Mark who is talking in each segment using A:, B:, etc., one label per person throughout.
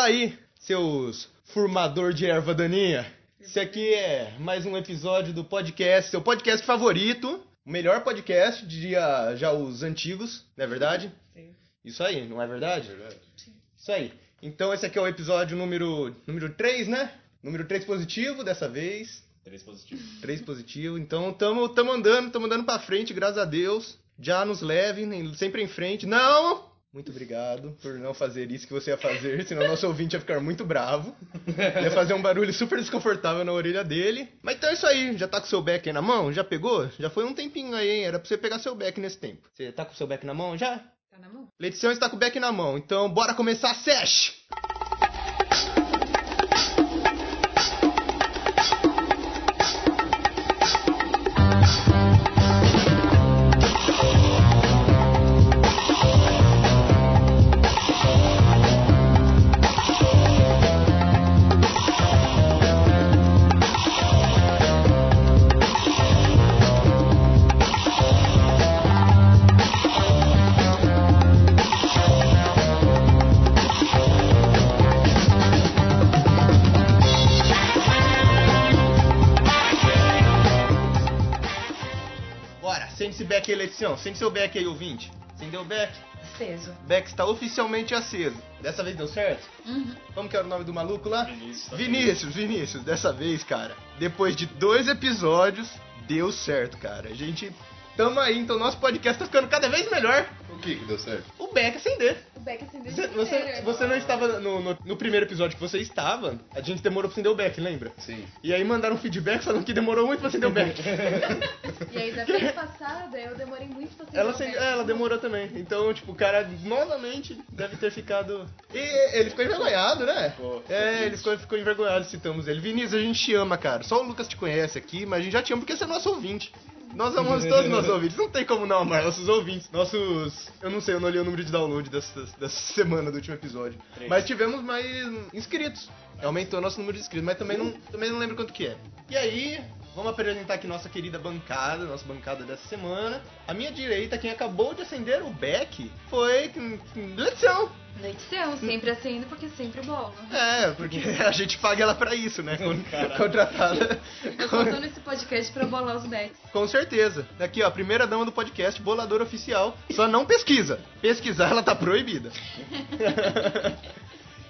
A: aí, seus formador de erva daninha. Isso aqui é mais um episódio do podcast, seu podcast favorito, o melhor podcast, diria já os antigos, não é verdade?
B: Sim.
A: Isso aí, não é verdade?
C: Verdade.
A: Isso aí. Então esse aqui é o episódio número número 3, né? Número 3 positivo dessa vez.
C: Três positivos.
A: 3 positivo. Então tamo, tamo andando, tamo andando pra frente, graças a Deus. Já nos leve, nem- sempre em frente. Não! Muito obrigado por não fazer isso que você ia fazer, senão nosso ouvinte ia ficar muito bravo. Ia fazer um barulho super desconfortável na orelha dele. Mas então é isso aí, já tá com seu beck aí na mão? Já pegou? Já foi um tempinho aí, hein? Era pra você pegar seu beck nesse tempo. Você tá com seu beck na mão já?
B: Tá na mão?
A: Letição está com o beck na mão, então bora começar a sesh! Bora, sente esse beck aí, Letição. Sente seu beck aí, ouvinte. Acendeu o beck?
B: Aceso.
A: O beck está oficialmente aceso. Dessa vez deu certo?
B: Uhum.
A: Como que era o nome do maluco lá?
C: Vinícius.
A: Vinícius, Vinícius, dessa vez, cara, depois de dois episódios, deu certo, cara. A gente tamo aí, então nosso podcast tá ficando cada vez melhor.
C: O que que deu certo?
A: O Beck acender.
B: O Beck acendeu
A: Você, você, você não estava no, no- no primeiro episódio que você estava, a gente demorou pra acender o Beck, lembra?
C: Sim.
A: E aí mandaram um feedback falando que demorou muito pra acender o Beck.
B: E aí, da vez passada, eu demorei muito pra acender
A: Ela,
B: o
A: acende-
B: Beck.
A: é, ela demorou também. Então, tipo, o cara novamente deve ter ficado. E ele ficou envergonhado, né?
C: Ficou, ficou
A: é,
C: triste.
A: ele ficou, ficou envergonhado, citamos ele. Vinícius, a gente te ama, cara. Só o Lucas te conhece aqui, mas a gente já te ama porque você é nosso ouvinte. Nós amamos todos os nossos ouvintes. Não tem como não amar nossos ouvintes. Nossos. Eu não sei, eu não olhei o número de download dessa, dessa semana, do último episódio.
C: Três.
A: Mas tivemos mais inscritos. Aumentou nosso número de inscritos, mas também não, também não lembro quanto que é. E aí, vamos apresentar aqui nossa querida bancada, nossa bancada dessa semana. A minha direita, quem acabou de acender o Beck, foi hum, hum, Letição.
B: Noitição, é um sempre acendo porque sempre bola.
A: É, porque a gente paga ela pra isso, né? Con- Contratada.
B: Eu tô usando esse podcast pra bolar os Becks.
A: Com certeza. Aqui, ó, a primeira dama do podcast, boladora oficial. Só não pesquisa. Pesquisar, ela tá proibida.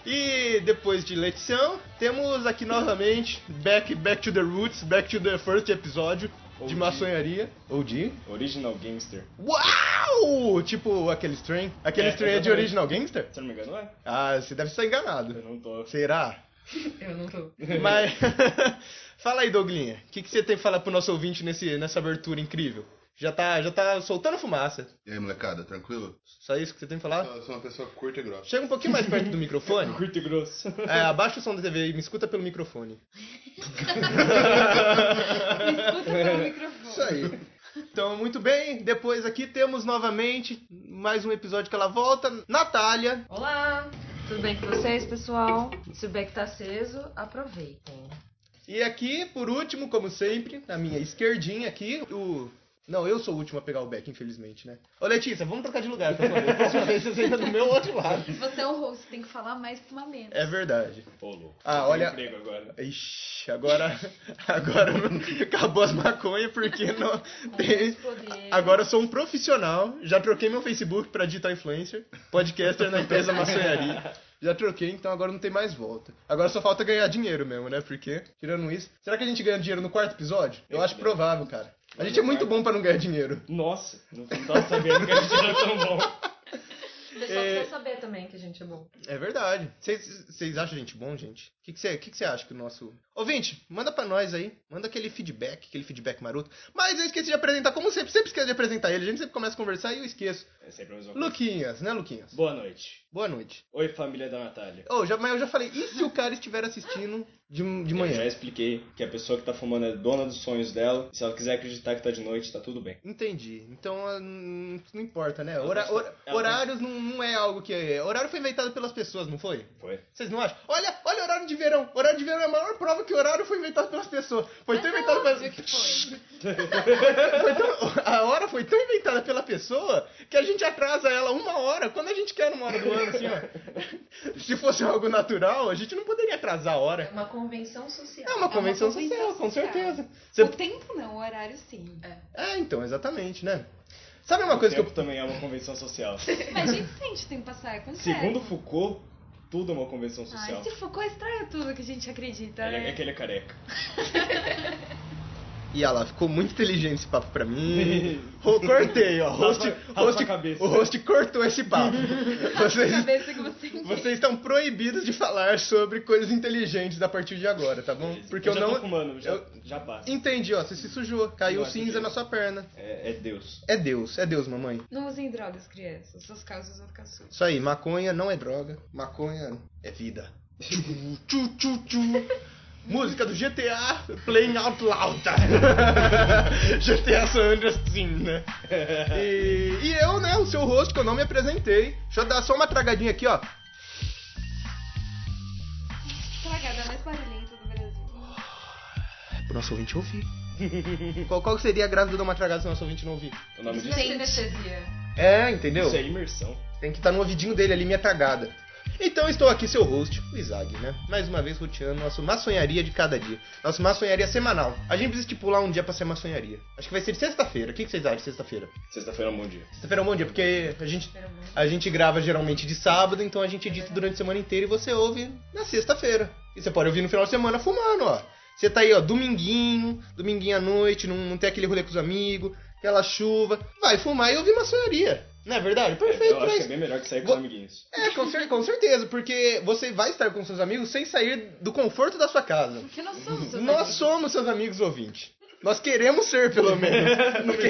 A: e depois de letição, temos aqui novamente Back, back to the Roots, Back to the First episódio de
C: OG.
A: maçonharia. OG.
C: Original Gangster.
A: Uau! Tipo aquele stream. Aquele
C: É,
A: stream é de
C: exatamente.
A: Original Gangster?
C: Se eu não me engano, é?
A: Ah, você deve estar
C: Eu
A: enganado.
C: não tô.
A: Será?
B: Eu não tô.
A: Mas. Fala aí, Douglinha. O que, que você tem pra falar pro nosso ouvinte nesse, nessa abertura incrível? Já tá, já tá soltando fumaça.
D: E aí, molecada, tranquilo?
A: Só isso que você tem pra falar?
D: Eu sou uma pessoa curta e grossa.
A: Chega um pouquinho mais perto do microfone.
C: Curto e grosso.
A: É, abaixa o som da TV e me escuta pelo microfone.
B: Me escuta pelo microfone.
A: Isso aí. Então, muito bem. Depois aqui temos novamente mais um episódio que ela volta. Natália.
E: Olá! Tudo bem com vocês, pessoal? Se o Beck tá aceso, aproveitem.
A: E aqui, por último, como sempre, na minha esquerdinha aqui, o. Não, eu sou o último a pegar o Beck, infelizmente, né? Ô, Letícia, vamos trocar de lugar, por favor. Próxima vez você senta do meu outro lado.
B: Você é o host, tem que falar mais pra uma menos.
A: É verdade.
C: Ô, louco.
A: Ah,
C: Eu tenho
A: olha-
C: emprego agora.
A: Ixi, agora. Agora não- acabou as maconhas, porque não. Tem,
E: Poder.
A: Agora eu sou um profissional, já troquei meu Facebook pra digital influencer, podcaster na empresa maçonharia. Já troquei, então agora não tem mais volta. Agora só falta ganhar dinheiro mesmo, né? Porque, tirando isso, será que a gente ganha dinheiro no quarto episódio? Eu acho provável, cara. A gente é muito bom pra não ganhar dinheiro.
C: Nossa, não tava sabendo que a gente era tão bom.
E: O pessoal
A: é-
E: precisa saber também que a gente é bom.
A: É verdade. Vocês vocês acham a gente bom, gente? O que você que que você acha que o nosso. Ouvinte, manda pra nós aí. Manda aquele feedback, aquele feedback maroto. Mas eu esqueci de apresentar, como sempre, sempre esqueço de apresentar ele. A gente sempre começa a conversar e eu esqueço.
C: É sempre a mesma coisa.
A: Luquinhas, né, Luquinhas?
C: Boa noite.
A: Boa noite.
C: Oi, família da Natália.
A: Oh, já, mas eu já falei, e se o cara estiver assistindo de, de
C: Eu já
A: manhã?
C: expliquei que a pessoa que tá fumando é dona dos sonhos dela. Se ela quiser acreditar que tá de noite, tá tudo bem.
A: Entendi. Então ah, não não importa, né?
C: Ela
A: Hora-
C: gosta-
A: hora-
C: ela
A: horários não, não é algo que. é- Horário foi inventado pelas pessoas, não foi?
C: Foi?
A: Vocês não acham? Olha, olha o horário de verão. Horário de verão é a maior prova que o horário foi inventado pelas pessoas. Foi tão inventado pelas
B: é
A: Então,
B: Óbvio que foi.
A: foi tão- A hora foi tão inventada pela pessoa que a gente atrasa ela uma hora quando a gente quer numa hora do falando assim, ó. Se fosse algo natural, a gente não poderia atrasar a
E: É
A: hora.
E: uma convenção social.
A: É uma convenção
B: convenção
A: social, com
B: social.
A: certeza. Você-
B: O tempo não, o horário sim.
A: É, então, exatamente, né? Sabe uma coisa
C: o
A: que eu. É.
C: tempo também é uma convenção social.
B: Mas a gente sente o tempo passar, é acontece.
C: Segundo Foucault, tudo é uma convenção social.
B: Ai, se Foucault estranha tudo que a gente acredita,
C: Ele é,
B: né?
C: é que ele é careca.
A: E olha lá, ficou muito inteligente esse papo pra mim. Ro- Cortei, ó. Host,
C: Raspa- raspa
A: host,
C: a cabeça.
A: o host cortou esse papo. Vocês,
B: Cabeça que você
A: vocês estão proibidos de falar sobre coisas inteligentes a partir de agora, tá bom? Porque eu
C: já tô
A: não.
C: fumando, já,
A: eu-
C: já passa.
A: Entendi, ó. Você se sujou, caiu
C: Eu acho
A: cinza
C: que-
A: na sua perna.
C: É, é Deus.
A: É Deus, é Deus, mamãe.
E: Não usem drogas, crianças. Suas causas vão ficar sujas.
A: Isso aí, maconha não é droga, maconha é vida. Tchu, tchu, tchu, tchu. Música do GTA Playing Out Loud. GTA San Andreas sim, né? E, e eu, né, o seu rosto que eu não me apresentei. Deixa eu dar só uma tragadinha aqui, ó.
B: estragada, Tá mais barulhenta do Brasil.
A: Pro nosso ouvinte ouvir. Qual, qual que seria a graça de eu dar uma tragada se o nosso ouvinte não ouvir?
C: O nome disso
E: Sem anestesia.
A: É, entendeu?
C: isso é imersão.
A: Tem que estar no ouvidinho dele ali, minha tragada. Então estou aqui, seu host, o Isaac, né? Mais uma vez roteando nossa maçonharia de cada dia. Nossa maçonharia semanal. A gente precisa estipular um dia pra ser maçonharia. Acho que vai ser de sexta-feira. O que que vocês acham de sexta-feira?
C: Sexta-feira é um bom dia.
A: Sexta-feira é um bom dia, porque a gente,
E: Pelo amor de
A: a gente grava geralmente de sábado, então a gente edita durante a semana inteira e você ouve na sexta-feira. E você pode ouvir no final de semana fumando, ó. Você tá aí, ó, dominguinho, dominguinho à noite, não, não tem aquele rolê com os amigos, aquela chuva. Vai fumar e ouvir maçonharia. Não é verdade?
C: É,
A: Perfeito,
C: eu
A: pra
C: acho que
A: isso.
C: é bem melhor que sair com
A: Vou-
C: os amiguinhos.
A: É, com, cer- com certeza, porque você vai estar com seus amigos sem sair do conforto da sua casa.
E: Porque nós somos seus
A: Nós
E: amigos.
A: somos seus amigos ouvintes. Nós queremos ser, pelo menos.
C: Não me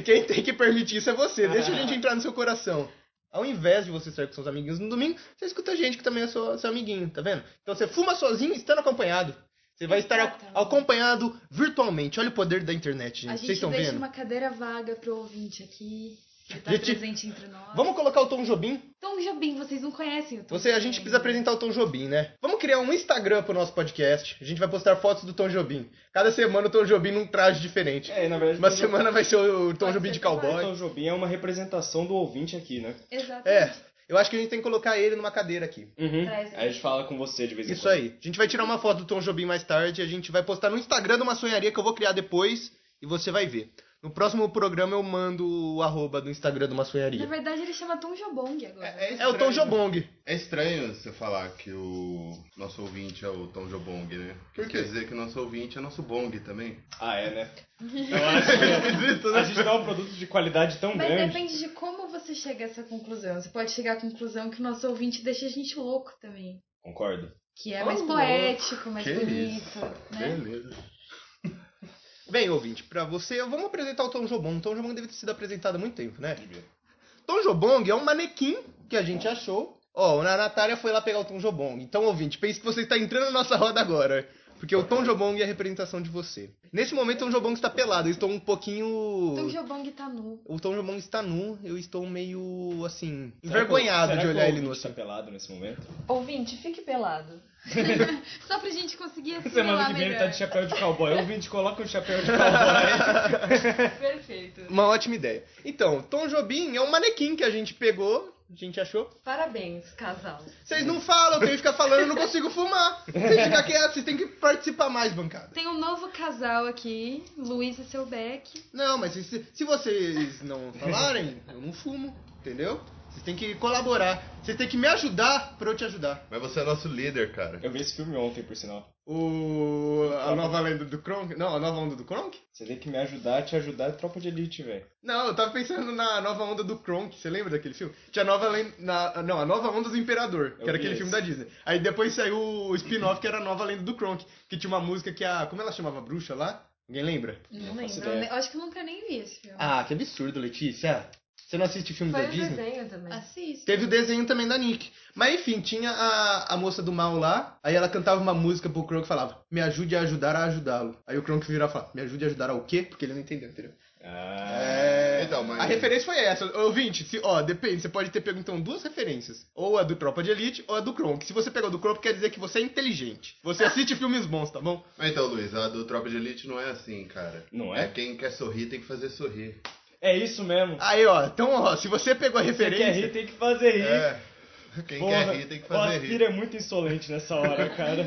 A: Quem tem que permitir isso é você.
C: Ah.
A: Deixa a gente entrar no seu coração. Ao invés de você estar com seus amiguinhos no domingo, você escuta gente que também é seu, seu amiguinho, tá vendo? Então você fuma sozinho estando acompanhado. Você vai estar a- acompanhado virtualmente. Olha o poder da internet,
B: A
A: gente. Vocês
B: gente
A: estão
B: deixa
A: vendo?
B: uma cadeira vaga pro ouvinte aqui.
E: Ele tá
A: Gente,
E: presente entre nós.
A: Vamos colocar o Tom Jobim?
B: Tom Jobim, vocês não conhecem o Tom
A: Você, a gente
B: Jobim.
A: precisa apresentar o Tom Jobim, né? Vamos criar um Instagram pro nosso podcast. A gente vai postar fotos do Tom Jobim. Cada semana o Tom Jobim num traje diferente.
C: É, na verdade,
A: Uma
C: Tom Jo-
A: semana vai ser o Tom
B: Pode
A: Jobim
B: ser
A: de
B: também.
A: cowboy.
C: Tom Jobim é uma representação do ouvinte aqui, né?
A: É,
B: Exatamente.
A: eu acho que a gente tem que colocar ele numa cadeira aqui.
C: Uhum.
E: Traz
C: Aí a gente fala com você de vez em
A: Isso
C: quando.
A: aí. A gente vai tirar uma foto do Tom Jobim mais tarde. A gente vai postar no Instagram de uma sonharia que eu vou criar depois. E você vai ver. No próximo programa eu mando o arroba do Instagram de uma
B: Na
A: sonharia.
B: verdade, ele chama Tom Jobong agora.
A: É o Tom Jobong.
D: É estranho você falar que o nosso ouvinte é o Tom Jobong, né? Porque quer dizer que o nosso ouvinte é nosso Bong também.
C: Ah, é, né? Eu acho que a gente dá um produto de qualidade tão
B: Mas é
C: grande.
B: depende de como você chega a essa conclusão. Você pode chegar à conclusão que o nosso ouvinte deixa a gente louco também.
C: Concordo.
B: Que é
D: Ô,
B: mais
D: louco.
B: poético, mais
D: que
B: bonito.
D: isso.
B: Né?
D: Beleza.
A: Bem, ouvinte, pra você, vamos apresentar o Tom Jobong. O Tom Jobong deve ter sido apresentado há muito tempo, né? Tom Jobong é um manequim que a gente achou. Ó, a Natália foi lá pegar o Tom Jobong. Então, ouvinte, pense que você está entrando na nossa roda agora. Porque o Tom Jobong é a representação de você. Nesse momento, o Tom Jobong está pelado. Eu estou um pouquinho...
B: Tom Jobong tá nu.
A: O Tom Jobong está nu. Eu estou meio, assim, envergonhado
C: Será
A: de
C: que o-
A: olhar ele
C: será
A: nu.
C: que o ouvinte
A: assim.
C: tá pelado nesse momento.
E: Ouvinte, fique pelado.
B: Só pra gente conseguir
C: Semana
B: assimilar
C: que vem ele tá
B: melhor.
C: de chapéu de cowboy. O ouvinte coloca um chapéu de cowboy.
E: Perfeito.
A: Uma ótima ideia. Então, Tom Jobim é um manequim que a gente pegou. A gente achou.
E: Parabéns, casal.
A: Vocês não falam, eu tenho que ficar falando, eu não consigo fumar. Vocês ficam quietos, vocês têm que participar mais, bancada.
B: Tem um novo casal aqui, Luiz e seu Beck.
A: Não, mas se, se vocês não falarem, eu não fumo, entendeu? Vocês têm que colaborar. Vocês têm que me ajudar pra eu te ajudar.
D: Mas você é nosso líder, cara.
C: Eu vi esse filme ontem, por sinal.
A: O. A nova lenda do Kronk? Não, a nova onda do Kronk?
C: Você tem que me ajudar, te ajudar é tropa de elite, velho.
A: Não, eu tava pensando na nova onda do Kronk, você lembra daquele filme? Tinha a nova lenda. na- não, a nova onda do Imperador, que
C: Eu
A: era
C: vi
A: aquele
C: esse.
A: filme da Disney. Aí depois saiu o spin-off que era a nova lenda do Kronk, que tinha uma música que a. Como ela chamava a bruxa lá? Alguém lembra?
B: Não lembro.
C: faço ideia.
B: Eu acho que eu nunca nem vi esse filme.
A: Ah, que absurdo, Letícia. Você não assiste filme
E: Foi
A: da
E: o
A: Disney?
E: desenho também.
B: Assiste.
A: Teve o desenho também da Nick. Mas enfim, tinha a, a moça do mal lá, aí ela cantava uma música pro Kronk e falava, me ajude a ajudar a ajudá-lo. Aí o Kronk virava e falava, me ajude a ajudar ao quê? Porque ele não entendeu, entendeu?
C: Ah,
A: É...
D: Então, mas-
A: A referência foi essa. Ouvinte, se, ó, depende, você pode ter pego então duas referências. Ou a do Tropa de Elite, ou a do Kronk. Se você pegou a do Kronk, quer dizer que você é inteligente. Você assiste filmes bons, tá bom?
D: Mas então, Luiz, a do Tropa de Elite não é assim, cara.
C: Não é?
D: É quem quer sorrir tem que fazer sorrir.
C: é isso mesmo.
A: Aí, ó, então, ó, se você pegou a
C: Você quer
A: referência...
C: rir, tem que fazer rir.
D: É. Quem
C: Porra,
D: quer rir tem que
C: o
D: fazer
C: Aspira
D: rir.
C: é muito insolente nessa hora, cara.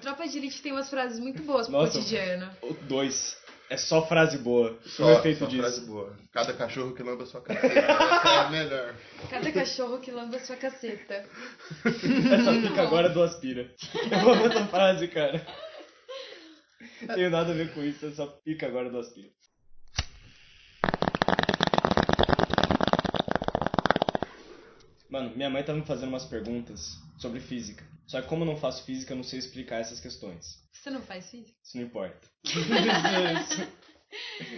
B: Tropa de Elite tem umas frases muito boas pro
C: Nossa.
B: cotidiano.
C: o 2. É só frase boa. Só, o
D: Só,
C: efeito
D: só
C: disso.
D: frase boa. Cada cachorro que lamba sua caceta. essa é a melhor.
B: Cada cachorro que lamba sua caceta.
C: Essa fica agora do Aspira. Eu amo essa frase, cara. Tenho nada a ver com isso, essa pica agora do Aspira. Mano, minha mãe tava me fazendo umas perguntas sobre física. Só que como eu não faço física, eu não sei explicar essas questões.
B: Você não faz física?
C: Isso não importa. Isso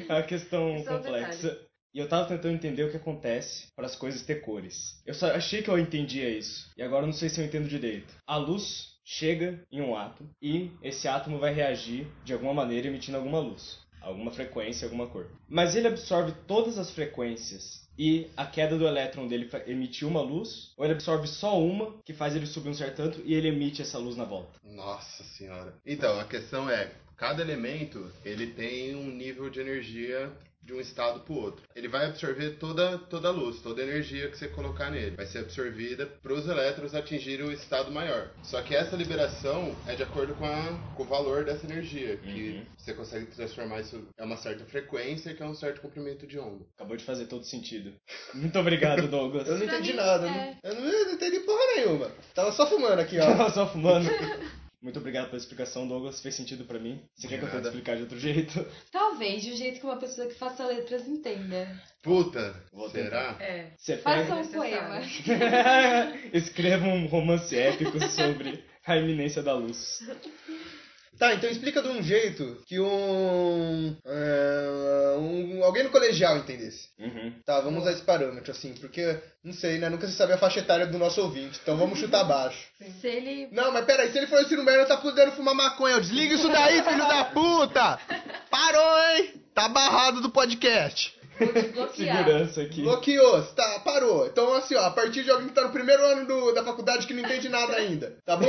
C: é uma questão
E: Isso é um
C: complexa. e eu tava tentando entender o que acontece para as coisas ter cores. Eu só achei que eu entendia isso. E agora eu não sei se eu entendo direito. A luz chega em um átomo e esse átomo vai reagir de alguma maneira emitindo alguma luz. Alguma frequência, alguma cor. Mas ele absorve todas as frequências e a queda do elétron dele fa- emitiu uma luz, ou ele absorve só uma, que faz ele subir um certo tanto e ele emite essa luz na volta.
D: Nossa senhora. Então, a questão é, cada elemento, ele tem um nível de energia de um estado pro outro. Ele vai absorver toda, toda a luz, toda a energia que você colocar nele. Vai ser absorvida pros elétrons atingirem o estado maior. Só que essa liberação é de acordo com, a- com o valor dessa energia, que
C: Uhum.
D: você consegue transformar isso é uma certa frequência, que é um certo comprimento de onda.
C: Acabou de fazer todo sentido. Muito obrigado, Douglas.
A: Eu não
B: Pra
A: entendi
B: mim,
A: nada.
B: é.
A: Eu, não, eu não entendi porra nenhuma. Tava só fumando aqui, ó.
C: Tava só fumando. Muito obrigado pela explicação, Douglas. Fez sentido pra mim. Você
D: De
C: quer que eu tente
D: nada.
C: explicar de outro jeito?
B: Talvez, de um jeito que uma pessoa que faça letras entenda.
D: Puta,
C: Vou
D: será?
E: É.
C: Você
B: Faça um
C: pega...
B: poema.
E: Necessário.
C: Escreva um romance épico sobre a iminência da luz.
A: Tá, então explica de um jeito que um, é, um- alguém no colegial entendesse.
C: Uhum.
A: Tá, vamos usar esse parâmetro, assim, porque, não sei, né? Nunca se sabe a faixa etária do nosso ouvinte, então vamos chutar baixo.
B: Se ele.
A: Não, mas peraí, se ele for ensino médio, tá podendo fumar maconha. Eu desliga isso daí, filho da puta! Parou, hein? Tá barrado do podcast.
B: Bloquear.
C: Segurança aqui.
A: Bloqueou, tá, parou. Então, assim, ó, a partir de alguém que tá no primeiro ano do- da faculdade que não entende nada ainda, tá bom?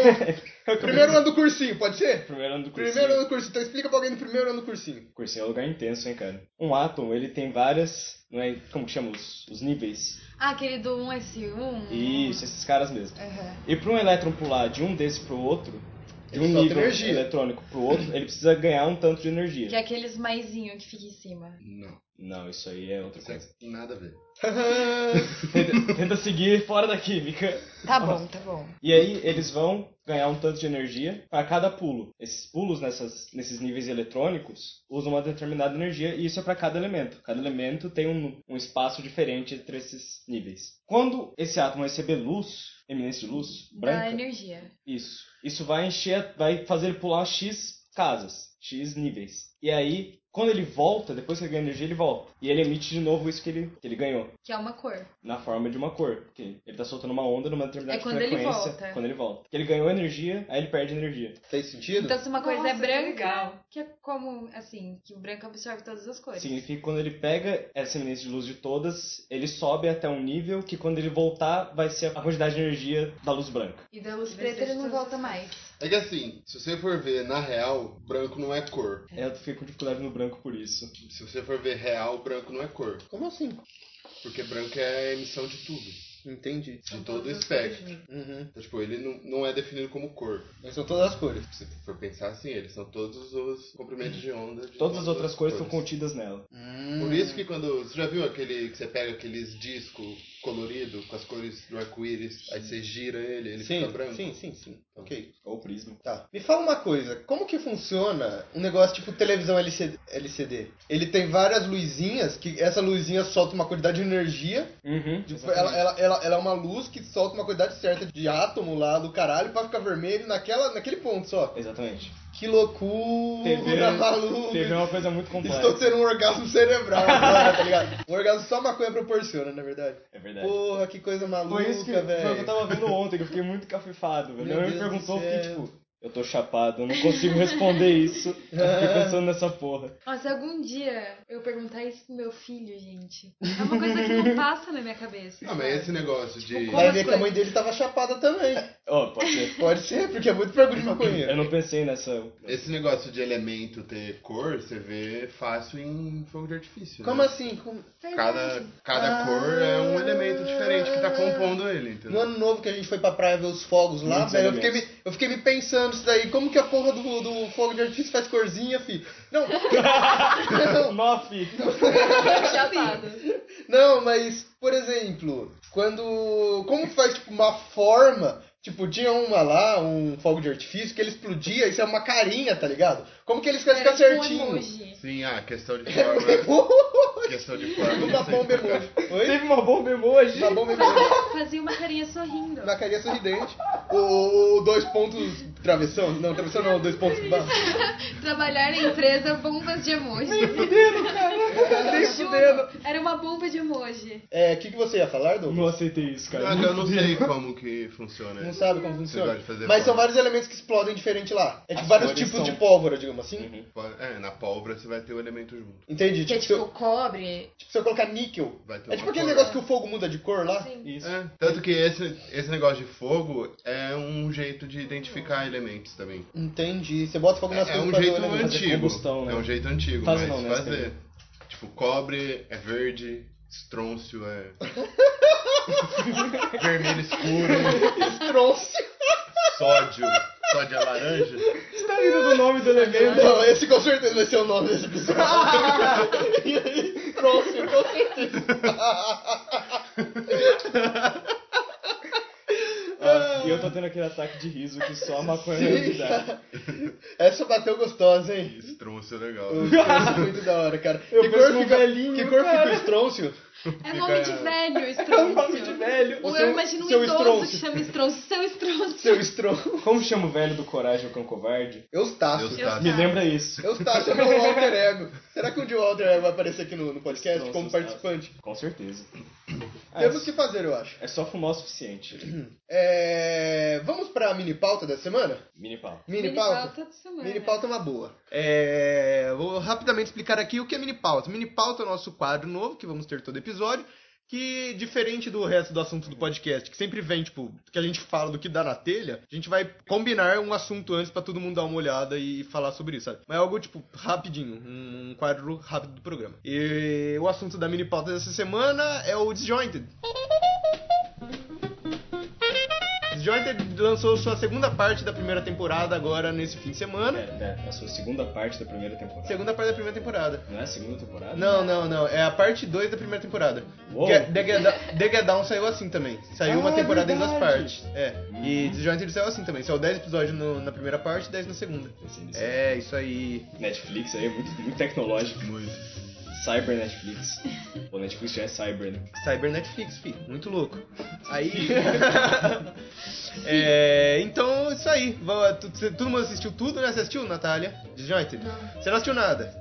A: Primeiro ano do cursinho, pode ser?
C: Primeiro ano do cursinho.
A: Primeiro ano do cursinho, então explica pra alguém do primeiro ano do cursinho.
C: Cursinho é um lugar intenso, hein, cara? Um átomo, ele tem várias... Não é, como que chama? Os, os níveis.
B: Ah, aquele do 1S1.
C: Isso, esses caras mesmo.
B: Aham.
C: E pra um elétron pular de um desse pro outro... De
A: Ele
C: um
A: solta
C: nível
A: energia.
C: eletrônico pro outro, ele precisa ganhar um tanto de energia.
B: Que é aqueles maisinho que fica em cima.
D: Não,
C: Não, isso aí é outra
D: isso aí
C: coisa.
D: tem nada a ver.
C: Tenta, tenta seguir fora da química.
B: Tá bom, tá bom.
C: E aí eles vão ganhar um tanto de energia para cada pulo. Esses pulos nessas, nesses níveis eletrônicos usam uma determinada energia e isso é para cada elemento. Cada elemento tem um, um espaço diferente entre esses níveis. Quando esse átomo receber luz, eminência de luz,
B: Dá
C: branca,
B: energia.
C: isso. Isso vai encher, vai fazer ele pular X casas, X níveis. E aí, quando ele volta, depois que ele ganha energia, ele volta. E ele emite de novo isso que ele, que ele ganhou
B: Que é uma cor.
C: na forma de uma cor. Porque ele tá soltando uma onda numa determinada
B: É quando ele
C: frequência.
B: volta.
C: Quando ele volta. Porque ele ganhou energia, aí ele perde energia.
A: Fez sentido?
B: Então, se uma coisa
E: Nossa,
B: é
E: que
B: branca,
E: legal.
B: que, é como, assim, que o branco absorve todas as cores.
C: Significa que quando ele pega essa eminência de luz de todas, ele sobe até um nível que quando ele voltar, vai ser a quantidade de energia da luz branca.
B: E da luz
E: Vai
B: preta
E: ser
B: ele não
E: todas as
B: volta mais.
D: É que assim, se você for ver na real, branco não é cor.
C: Eu fico com dificuldade no branco por isso.
D: Se você for ver real, branco não é cor.
A: Como assim?
D: Porque branco é a emissão de tudo,
A: Entendi.
D: de todo o espectro.
A: Uhum.
D: Então, tipo, ele não, não é definido como cor.
A: Mas são todas as cores.
D: Se você for pensar assim, eles são todos os comprimentos de onda. De
C: Todas as outras cores estão
D: cores.
C: contidas nela.
D: Por isso que quando. Você já viu aquele que você pega aqueles discos coloridos com as cores do arco-íris, aí você gira ele, ele
A: sim,
D: fica branco?
A: sim, sim, sim. Ok.
C: Ou prisma.
A: Tá. Me fala uma coisa, como que funciona um negócio tipo televisão LCD? LCD? Ele tem várias luzinhas, que essa luzinha solta uma quantidade de energia,
C: Uhum.
A: tipo, ela, ela, ela, ela é uma luz que solta uma quantidade certa de átomo lá do caralho pra ficar vermelho naquela, naquele ponto só.
C: Exatamente.
A: Que loucura,
C: TV,
A: maluco!
C: TV é uma coisa muito
A: Estou
C: complexa.
A: tendo um orgasmo cerebral agora, tá ligado? Um orgasmo só maconha proporciona, na verdade.
C: É verdade.
A: Porra, que coisa maluca,
C: Foi isso que, foi o que eu
A: velho.
C: tava vendo ontem, que eu fiquei muito cafifado, velho.
A: Meu
C: Ela me
A: Deus do
C: perguntou, eu fiquei
A: céu.
C: tipo, Eu tô chapado, eu não consigo responder isso. Eu fiquei pensando nessa porra.
B: Ó, se algum dia eu perguntar isso pro meu filho, gente, é uma coisa que não passa na minha cabeça.
D: Não, mas esse negócio de.
B: como-
A: Vai ver que a mãe dele tava chapada também.
C: Ó, pode ser.
A: Pode ser, porque é muito pergunta de maconha.
C: Eu não pensei nessa.
D: Esse negócio de elemento ter cor, você vê fácil em fogo de artifício.
A: Como
D: né?
A: assim? Como-
D: Cada, cada
A: Ah.
D: cor é um elemento diferente que tá compondo ele,
A: No
D: entendeu?
A: ano novo que a gente foi pra praia ver os fogos lá,
C: Muitos
A: velho, eu fiquei,
C: elementos.
A: me, eu fiquei me pensando isso daí. Como que a porra do, do fogo de artifício faz corzinha, fi? Não, não,
C: Nof!
E: Chapado.
A: não, mas, por exemplo, quando. Como que faz tipo, uma forma? Tipo, tinha uma lá, um fogo de artifício, que ele explodia, isso é uma carinha, tá ligado? Como que eles querem
B: Era
A: ficar
B: tipo um
A: certinho?
B: emoji.
D: Sim, ah, questão de forma. questão de forma.
A: Uma
D: isso aí
A: bomba
D: pra cá.
A: Um emoji. Oi?
C: Teve uma bomba emoji!
A: Uma bomba emoji.
B: Fazia uma carinha sorrindo.
A: Na carinha sorridente. O, o dois pontos travessão? Não, travessão não, dois pontos. ba-
B: Trabalhar na empresa bombas de emoji.
C: Tá
B: Juro, era uma bomba de emoji.
A: É, o que, que você ia falar, Douglas?
C: Não aceitei isso,
A: Ah,
C: cara.
D: Eu não sei como que funciona
A: Não
D: isso.
A: sabe como
D: gosta
A: funciona.
D: de fazer
A: Mas são
D: forma.
A: vários elementos que explodem diferente lá. É tipo
C: As
A: vários
C: cores
A: tipos
C: são-
A: de pólvora, digamos assim.
D: É, na pólvora você vai ter o elemento junto.
A: Entendi.
B: Que é
A: Tipo, se eu,
B: tipo cobre.
A: tipo, se eu colocar níquel.
D: Vai ter
A: É
D: uma
A: tipo aquele
D: cor. né?
A: negócio que o fogo muda de cor lá.
B: Sim.
C: Isso.
D: É, tanto que esse, esse negócio de fogo é um jeito de identificar elementos também.
A: Entendi. Você bota fogo nas
D: É, é
A: coisas
D: um
A: pra ver o
D: jeito
A: elemento.
C: né? fazer
D: antigo.
C: combustão, né?
D: É um jeito antigo,
C: Faz
D: mas
C: não, né,
D: fazer. Tipo, cobre é verde, estrôncio é. vermelho escuro,
A: Trouxe.
D: sódio. Sódio é laranja.
C: Você tá rindo do nome do elemento?
A: Não, esse com certeza vai ser o nome desse episódio. E aí, Trouxe, com certeza.
C: Ah, e eu tô tendo aquele ataque de riso que só a maconha me
A: Sim,
C: dá.
A: cara. Essa bateu gostosa, hein?
D: Estrôncio é legal.
A: O estrôncio é muito da hora, cara.
C: Eu
A: que
C: penso
A: cor
C: num
A: fica,
C: velhinho,
A: que cor fica
C: cara.
A: o estrôncio?
B: É nome de velho,
C: É um nome de
B: estroncio.
C: velho.
B: Ou
A: O seu-
B: eu imagino um
A: seu
B: idoso
A: estroncio.
B: que chama estroncio. Seu estroncio.
A: Seu estrôncio.
C: Como chama o velho do Coragem o Cão Covarde?
A: Eustaço.
D: Deus tá.
C: Me lembra isso.
A: Eustaço é meu alter ego. Será que um dia o alter ego vai aparecer aqui no, no podcast
C: Eustaço,
A: como
C: Eustaço.
A: participante?
C: Com certeza. Ah,
A: Temos que fazer, eu acho.
C: É só fumar o suficiente.
A: É, Vamos pra mini pauta da semana?
C: Mini pau.
A: Mini pauta?
B: de semana.
A: Mini pauta é uma boa. É, vou rapidamente explicar aqui o que é mini pauta. Mini pauta é o nosso quadro novo que vamos ter todo episódio. Que diferente do resto do assunto do podcast, que sempre vem, tipo, que a gente fala do que dá na telha, a gente vai combinar um assunto antes pra todo mundo dar uma olhada e falar sobre isso, sabe? Mas é algo, tipo, rapidinho, um quadro rápido do programa. E o assunto da mini pauta dessa semana é o Disjointed. Disjointed lançou sua segunda parte da primeira temporada agora nesse fim de semana.
C: É, é a sua segunda parte da primeira temporada.
A: Segunda parte da primeira temporada.
C: Não é a segunda temporada?
A: Não, não, não. É a parte 2 da primeira temporada.
C: Uou.
A: Get- The, Get Down, The Get Down saiu assim também. Saiu uma
C: Ah,
A: temporada em duas
C: verdade.
A: partes. É. E Disjointed saiu assim também. Saiu 10 episódios no- na primeira parte e 10 na segunda.
C: Pensei nisso.
A: É, isso aí.
C: Assim, Netflix aí é muito, muito tecnológico. Muito. Cyber Netflix. Pô, Netflix já é cyber, né?
A: Cyber Netflix, filho. Muito louco. Aí. É, então, isso aí. Vá- tu- cê- Todo mundo assistiu tudo, né? Você assistiu, Natália? Disjointed? Você não assistiu nada.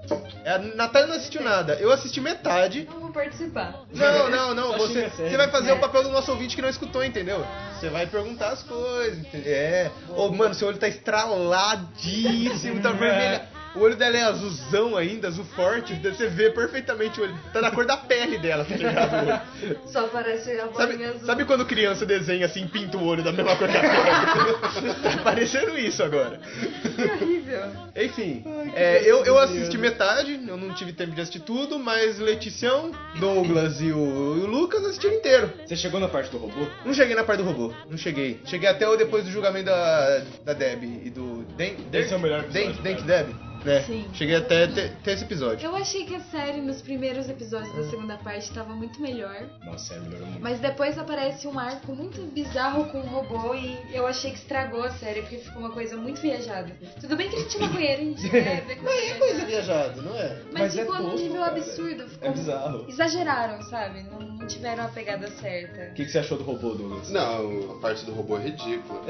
A: É, A Natália não assistiu nada. Eu assisti metade.
E: Não vou participar.
A: Não, não, não.
C: Só
A: Você,
C: xinga sério.
A: você vai fazer o papel do nosso ouvinte que não escutou, entendeu? Você vai perguntar as coisas. entende- É. Ô, mano, seu olho tá estraladíssimo, tá vermelho. O olho dela é azulzão ainda, azul forte. Você vê perfeitamente o olho. Tá na cor da pele dela, tá ligado? o olho?
E: Só aparece a bolinha
A: Sabe,
E: azul.
A: sabe quando criança desenha assim, pinta o olho da mesma cor da pele? tá parecendo isso agora.
E: Que horrível.
A: Enfim, é, eu, eu assisti metade, eu não tive tempo de assistir tudo, mas Leticião, Douglas e o, e o Lucas assistiram inteiro.
C: Você chegou na parte do robô?
A: Não cheguei na parte do robô, não cheguei. Cheguei até o depois do julgamento da, da Deb e do Dank
C: Esse é o melhor episódio,
A: Dank- Dank
C: cara.
A: Deb. né?
B: Sim.
A: Cheguei até, até, até esse episódio.
B: Eu achei que a série nos primeiros episódios da segunda parte tava muito melhor.
C: Nossa, é, melhorou muito.
B: Mas depois aparece um arco muito bizarro com o robô e eu achei que estragou a série, porque ficou uma coisa muito viajada. Tudo bem que a gente é maconheiro, a gente bebe, é coisa viajada.
A: viajado, não é?
B: Mas,
C: Mas é
B: ficou num
C: tosco,
B: nível
C: cara.
B: absurdo. Ficou...
C: É bizarro.
B: Exageraram, sabe? Não, não tiveram a pegada
C: O
B: certa.
C: que, que você achou do robô, Douglas?
D: Não, a parte do robô é ridícula.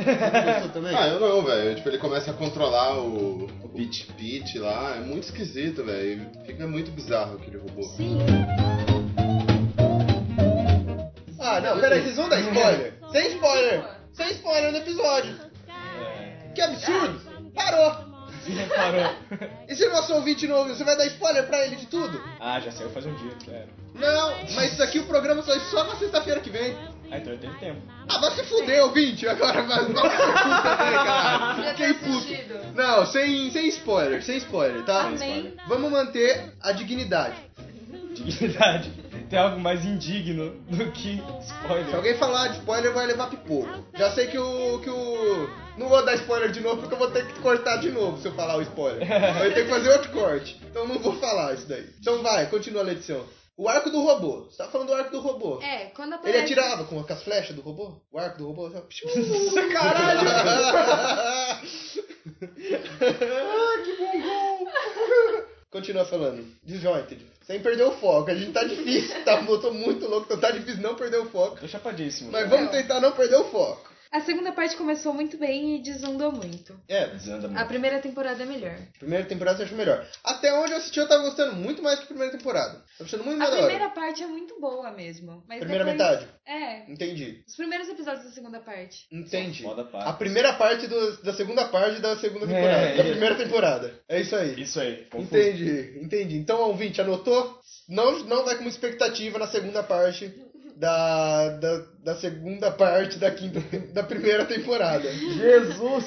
A: também?
D: Ah, eu não, velho. Tipo, ele começa a controlar o. O
C: Pete.
D: Pete lá. É muito esquisito, velho. Fica muito bizarro aquele robô.
B: Sim,
A: Ah, não, peraí, vocês vão dar spoiler? Sem spoiler! Sem spoiler no episódio! Que absurdo! Parou!
C: Parou.
A: Esse é nosso ouvinte novo, você vai dar spoiler pra ele de tudo?
C: Ah, já saiu faz um dia, já era.
A: Não, mas isso aqui o programa sai só na sexta-feira que vem.
C: Ah, então eu tenho tempo.
A: Ah, vai se fuder, ouvinte, agora vai. Nossa, puta, né, cara?
B: Já
A: Fiquei
B: tá
A: puto.
B: assistido.
A: Não, sem, sem spoiler, sem spoiler, tá?
B: Amém.
A: Vamos manter a dignidade.
C: Dignidade. Tem algo mais indigno do que
A: Se
C: spoiler.
A: alguém falar de spoiler, vai levar pipoco. Já sei que o. que o. Não vou dar spoiler de novo porque eu vou ter que cortar de novo se eu falar o spoiler. Eu vou ter que fazer outro corte. Então não vou falar isso daí. Então vai, continua a edição. O arco do robô. Você tá falando do arco do robô.
B: É, quando
A: Ele
B: aparece.
A: atirava com com as flechas do robô? O arco do robô? assim, ó, psiu.
B: Uh,
A: Caralho! ah, que bom gol! Continua falando. Disjointed. Sem perder o foco. A gente tá difícil, tá? Eu tô muito louco, então tá difícil não perder o foco.
C: Tô chapadíssimo.
A: Mas vamos tentar não perder o foco.
B: A segunda parte começou muito bem e desandou muito.
A: É,
C: Desanda
B: A
C: muito.
B: primeira temporada é melhor.
A: primeira temporada eu acho melhor. Até onde eu assisti, eu tava gostando muito mais que a primeira temporada. Tá achando muito
B: A
A: melhor.
B: primeira parte é muito boa mesmo. Mas
A: Primeira
B: depois-
A: metade.
B: É.
A: Entendi.
B: Os primeiros episódios da segunda parte.
A: Entendi.
C: Foda parte.
A: A primeira parte do- da segunda parte da segunda temporada.
C: É,
A: da
C: é.
A: primeira temporada. É isso aí.
C: Isso aí. Confuso.
A: Entendi, entendi. Então, ouvinte, anotou? Não, não vai como expectativa na segunda parte da, da, da segunda parte da quinta da primeira temporada.
C: Jesus!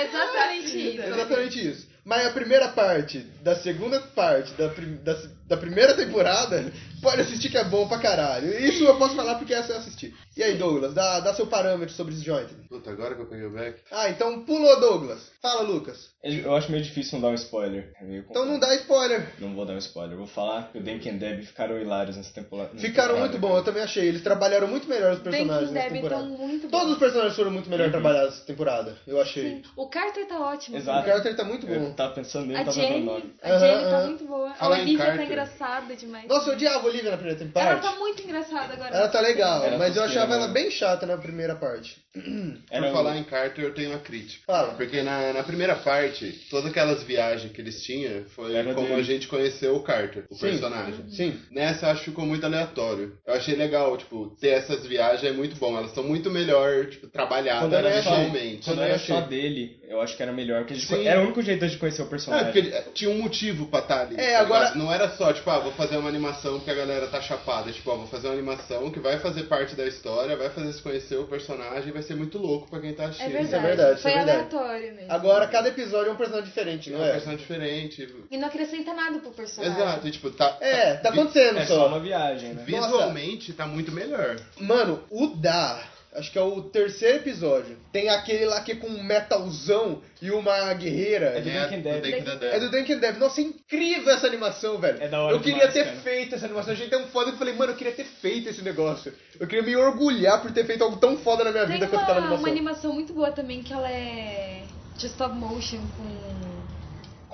B: Exatamente isso.
A: É Exatamente isso. Mas a primeira parte da segunda parte da, prim- da, da primeira temporada pode assistir que é bom pra caralho. Isso eu posso falar porque essa eu assisti. E aí, Douglas, dá, dá seu parâmetro sobre esse joint.
D: Puta, agora que eu peguei o back.
A: Ah, então pulou, Douglas. Fala, Lucas.
C: Eu acho meio difícil não dar um spoiler. É meio
A: Então não
C: complicado.
A: dá spoiler.
C: Não vou dar um spoiler. Eu vou falar que o Denken Deb ficaram hilários nessa tempola- nessa temporada.
A: Ficaram muito bom, eu também achei. Eles trabalharam muito melhor os
B: Banking
A: personagens nessa
B: Deb
A: temporada.
B: estão muito bons.
A: Todos os personagens foram muito melhor trabalhados essa temporada, eu achei.
B: Sim. O Carter tá ótimo.
A: O
C: Exato. tá
B: também.
A: Carter tá muito
C: Eu
A: bom.
C: tava pensando nele,
B: A
C: tava lembrando o
B: Jenny,
C: nome.
A: Aham,
B: a Jenny tá
A: aham.
B: muito boa.
D: Fala
B: a
D: em
B: Olivia tá
D: Carter.
B: engraçada demais.
A: Nossa, eu odiava a Olivia na primeira temporada.
B: ela tá muito engraçada agora.
A: Ela tá legal,
C: Era
A: mas eu
C: tosqueira,
A: achava ela
C: né?
A: bem chata na primeira parte.
D: Por falar em Carter, eu tenho uma crítica.
A: Fala.
D: Porque na, na primeira parte, todas aquelas viagens que eles tinham foi
C: Era
D: como
C: dele.
D: a gente conheceu o Carter, o
A: Sim.
D: personagem.
A: Sim.
D: Nessa eu acho que ficou muito aleatório. Eu achei legal, tipo, ter essas viagens é muito bom. Elas são muito melhor, tipo,
C: Quando
D: trabalhadas
C: era, só,
D: visualmente. né?
C: quando
A: Eu
C: era
A: achei.
C: só dele, eu acho que era melhor. Porque a gente
D: Sim.
C: co- era o único jeito de conhecer o
D: É,
C: personagem.
D: porque ele- é, tinha um motivo pra estar ali.
A: É,
D: tá
A: agora-
D: ligado? Não era só, tipo, ah, vou fazer uma animação porque a galera tá chapada. Tipo, ah, vou fazer uma animação que vai fazer parte da história, vai fazer se conhecer o personagem e vai ser muito louco pra quem tá
B: É
D: assistindo.
B: verdade.
A: é verdade, isso
B: Foi
A: é verdade.
B: aleatório mesmo.
A: Agora, cada episódio é um personagem diferente,
D: É
A: não
D: uma
A: é?
D: personagem diferente.
B: E não acrescenta nada pro personagem.
D: Exato, e tipo, tá.
A: É, tá acontecendo
C: É só
A: só.
C: uma viagem, né?
D: Visualmente tá muito melhor.
A: Mano, o Da, acho que é o terceiro episódio. Tem aquele lá que é com um metalzão e uma guerreira.
C: É do Breaking
D: do
C: Dead.
D: Breaking Dead.
A: É do Duncan Dev. Nossa, é incrível essa animação, velho.
C: É da hora
A: Eu queria
C: demais,
A: ter
C: cara.
A: feito essa animação. Eu achei tão foda que eu falei, mano, eu queria ter feito esse negócio. Eu queria me orgulhar por ter feito algo tão foda na minha
B: Tem
A: vida quanto tá na
B: uma,
A: animação.
B: uma animação muito boa também que ela é de stop motion com,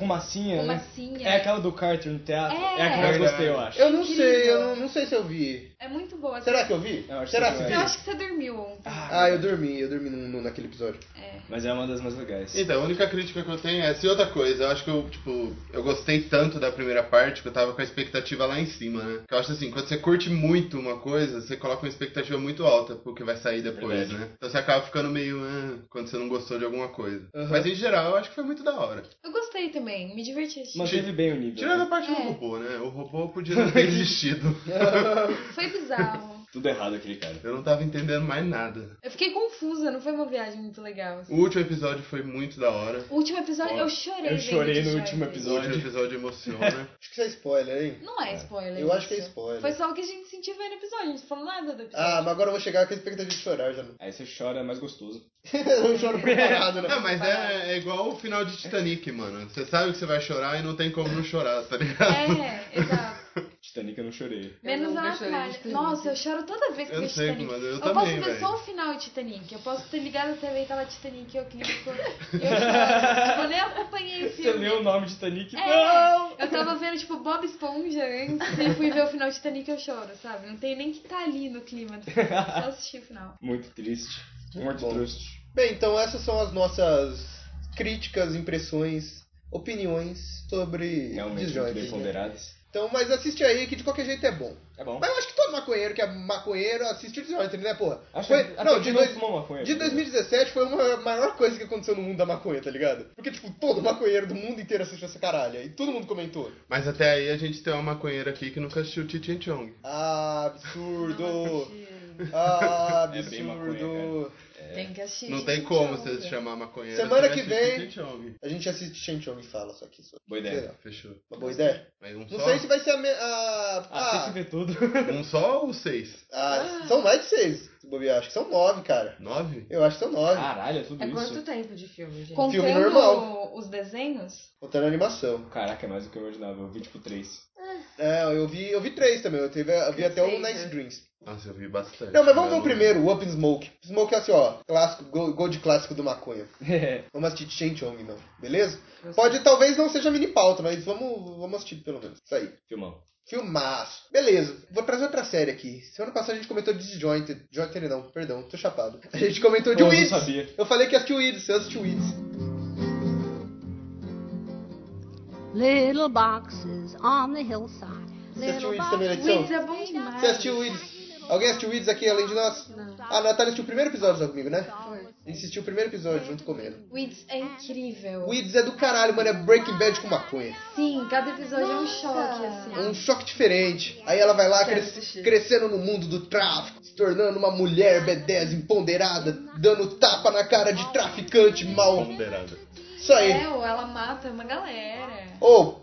C: Com massinha,
B: com
C: né?
B: massinha.
C: É aquela do Carter no teatro.
B: É.
C: É, a que eu
A: Verdade.
C: mais gostei, eu acho.
A: Eu não
B: Incrível.
A: sei, eu não, não sei se eu vi.
B: É muito boa.
A: Será que eu vi?
C: Eu acho
A: Será
C: que
A: que
C: eu
A: vi?
B: Eu acho que você dormiu ontem.
A: Ah, eu dormi, eu dormi no- no- naquele episódio.
C: Mas é uma das mais legais.
D: Então, a única crítica que eu tenho é se outra coisa. Eu acho que eu, tipo, eu gostei tanto da primeira parte que eu tava com a expectativa lá em cima, né? Porque eu acho assim, quando você curte muito uma coisa, você coloca uma expectativa muito alta pro que vai sair depois,
C: É Verdade.
D: né? Então você acaba ficando meio, ah, quando você não gostou de alguma coisa.
A: Uhum.
D: Mas em geral, eu acho que foi muito da hora.
B: Eu gostei também, me diverti. assistindo.
C: Manteve bem o nível.
D: Tirando a parte do
B: É.
D: robô, né? O robô podia não ter existido.
B: Foi bizarro.
C: Tudo errado aquele cara.
D: Eu não tava entendendo mais nada.
B: Eu fiquei confusa, não foi uma viagem muito legal. assim.
D: O último episódio foi muito da hora.
B: O último episódio,
C: Ó,
B: eu chorei.
C: eu
B: vendo
C: chorei
B: de
C: no
B: Joy Day.
C: último
D: O último
C: Episódio.
D: episódio emociona.
A: Acho que isso é spoiler, hein?
B: Não é spoiler.
A: Eu acho que é
B: isso.
A: spoiler.
B: Foi só o que a gente sentiu vendo o episódio, a gente não falou nada do episódio.
A: Ah, mas agora eu vou chegar com a expectativa de chorar já.
C: Aí você chora, é mais gostoso.
A: eu choro preparado, né?
D: Não, mas é, é igual o final de Titanic, mano. Você sabe que você vai chorar e não tem como não chorar, tá ligado?
B: É, exato.
C: Titanic eu não chorei.
B: Menos
E: nunca
B: a
E: chorei de
B: Natália.
E: Titanic.
B: Nossa, eu choro toda vez que
D: Eu
B: vejo
D: sei,
B: Titanic.
D: mano, eu
B: eu
D: também,
B: posso ver
D: velho.
B: só o final de Titanic. Eu posso ter ligado a TV e tava Titanic e eu clico. E eu choro. Eu nem acompanhei esse
C: Você
B: filme.
C: leu o nome de Titanic?
B: É,
C: Não!
B: eu tava vendo, tipo, Bob Esponja antes e fui ver o final de Titanic eu choro, sabe? Não tem nem que tá ali no clima do filme, só assisti o final.
C: Muito triste. Muito
A: bom.
C: triste.
A: Bem, então essas são as nossas críticas, impressões, opiniões sobre
C: Realmente muito
A: Disjointed,
C: bem
A: né?
C: ponderadas.
A: Então, mas assiste aí que de qualquer jeito é bom.
C: É bom.
A: Mas eu acho que todo maconheiro que é maconheiro assiste o Disjointed, né, porra?
C: Acho
A: Foi-
C: que até
A: não,
C: que
A: de,
C: não
A: dois-
C: fumou maconha.
A: de 2017 foi uma- a maior coisa que aconteceu no mundo da maconha, tá ligado? Porque, tipo, todo maconheiro do mundo inteiro assistiu essa caralha. E todo mundo comentou.
D: Mas até aí a gente tem uma maconheira aqui que nunca assistiu Chichin Chong.
A: Ah, absurdo!
E: Não,
A: Ah,
C: É bem
A: absurdo!
C: maconha,
E: Tem que assistir.
D: Não
E: gente,
D: tem como
E: É. não,
D: você se
E: cara.
D: chamar maconheira.
A: Semana
D: sem
A: que
D: assistir
A: vem-
D: Cheech and Chong.
A: a gente assiste Shang-Chong e fala só aqui. Só.
C: Boa ideia.
D: Fechou.
A: Uma boa ideia?
D: Mas um
A: Não
D: só?
A: sei se vai ser a. Me... a-
C: Ah, tem
A: ah,
C: que ver tudo.
D: Um só ou seis?
A: ah, são mais de seis, se bobear. Acho que são nove, cara.
D: Nove?
A: Eu acho que são nove.
C: Caralho, é tudo
E: É
C: isso.
E: quanto tempo de filme, gente?
A: Com- Filme
B: Contando
A: normal.
B: os desenhos,
A: Contando a animação.
C: Caraca, é mais do que eu imaginava. Eu vi tipo três.
A: É, eu vi, eu vi três também. Eu, teve, eu vi até o
E: Seis, né?
A: Nice Dreams.
D: Nossa, eu vi bastante. né?
A: Não, mas vamos ver
D: Eu
A: o primeiro, o Up in Smoke. Smoke é assim, ó. Clássico, gol, gol de clássico do maconha. Vamos assistir Shang-Chong, então. Beleza?
E: Gostei.
A: Pode, talvez não seja mini pauta, mas vamos, vamos assistir pelo menos. Isso aí.
C: Filmão.
A: Filmaço. Beleza, vou trazer outra série aqui. Semana passada a gente comentou de Disjointed. Disjointed não, perdão, tô chapado. A gente comentou de
C: Eu não
A: Weeds.
C: sabia.
A: Eu falei que assisti Weeds, eu assisti Weeds.
F: Little boxes on the hillside.
A: Você
F: Little
A: assistiu Weeds também na
F: boxes.
A: edição?
B: Weeds é bom demais.
A: Você assistiu Weeds? Alguém assistiu Weeds aqui além de nós? Ah, A Natália assistiu o primeiro episódio só comigo, né? A gente assistiu o primeiro episódio junto comigo.
B: Weeds é incrível.
A: Weeds é do caralho, mano, é Breaking Bad com maconha.
B: Sim, cada episódio é um choque, assim.
A: É um choque diferente. Aí ela vai lá
B: Quero
A: cres-
B: assistir.
A: crescendo no mundo do tráfico, se tornando uma mulher B10 empoderada, dando tapa na cara de traficante mal.
D: Ponderada.
A: Isso aí.
B: É, ou ela mata uma galera.
A: Ô,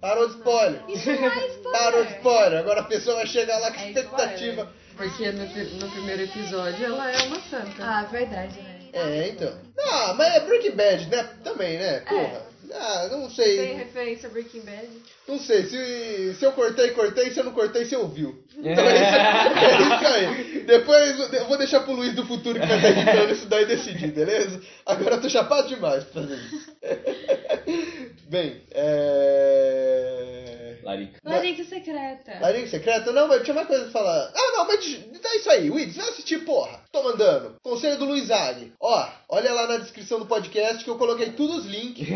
A: parou de spoiler. Parou de
B: spoiler.
A: spoiler. Agora a pessoa vai chegar lá com
B: É
A: expectativa.
E: Porque no, pri- no primeiro episódio ela é uma santa.
B: Ah, verdade, né?
A: É, então. Ah, mas é Breaking Bad, né? Também, né? Porra. Ah, não
E: Tem
A: sei.
E: referência a Breaking Bad?
A: Não sei. Se, se eu cortei, cortei. Se eu não cortei, você ouviu. Então é isso, é isso aí. Depois eu vou deixar pro Luiz do futuro que vai estar editando isso daí decidir, beleza? Agora eu tô chapado demais pra fazer isso. Bem, é.
C: Larica.
B: Larica secreta.
A: Larico secreto? Não, mas tinha mais coisa pra falar. Ah, não, mas é isso aí. Wids, vai assistir, porra. Tô mandando. Conselho do Luiz Ari. Ó, olha lá na descrição do podcast que eu coloquei todos os links.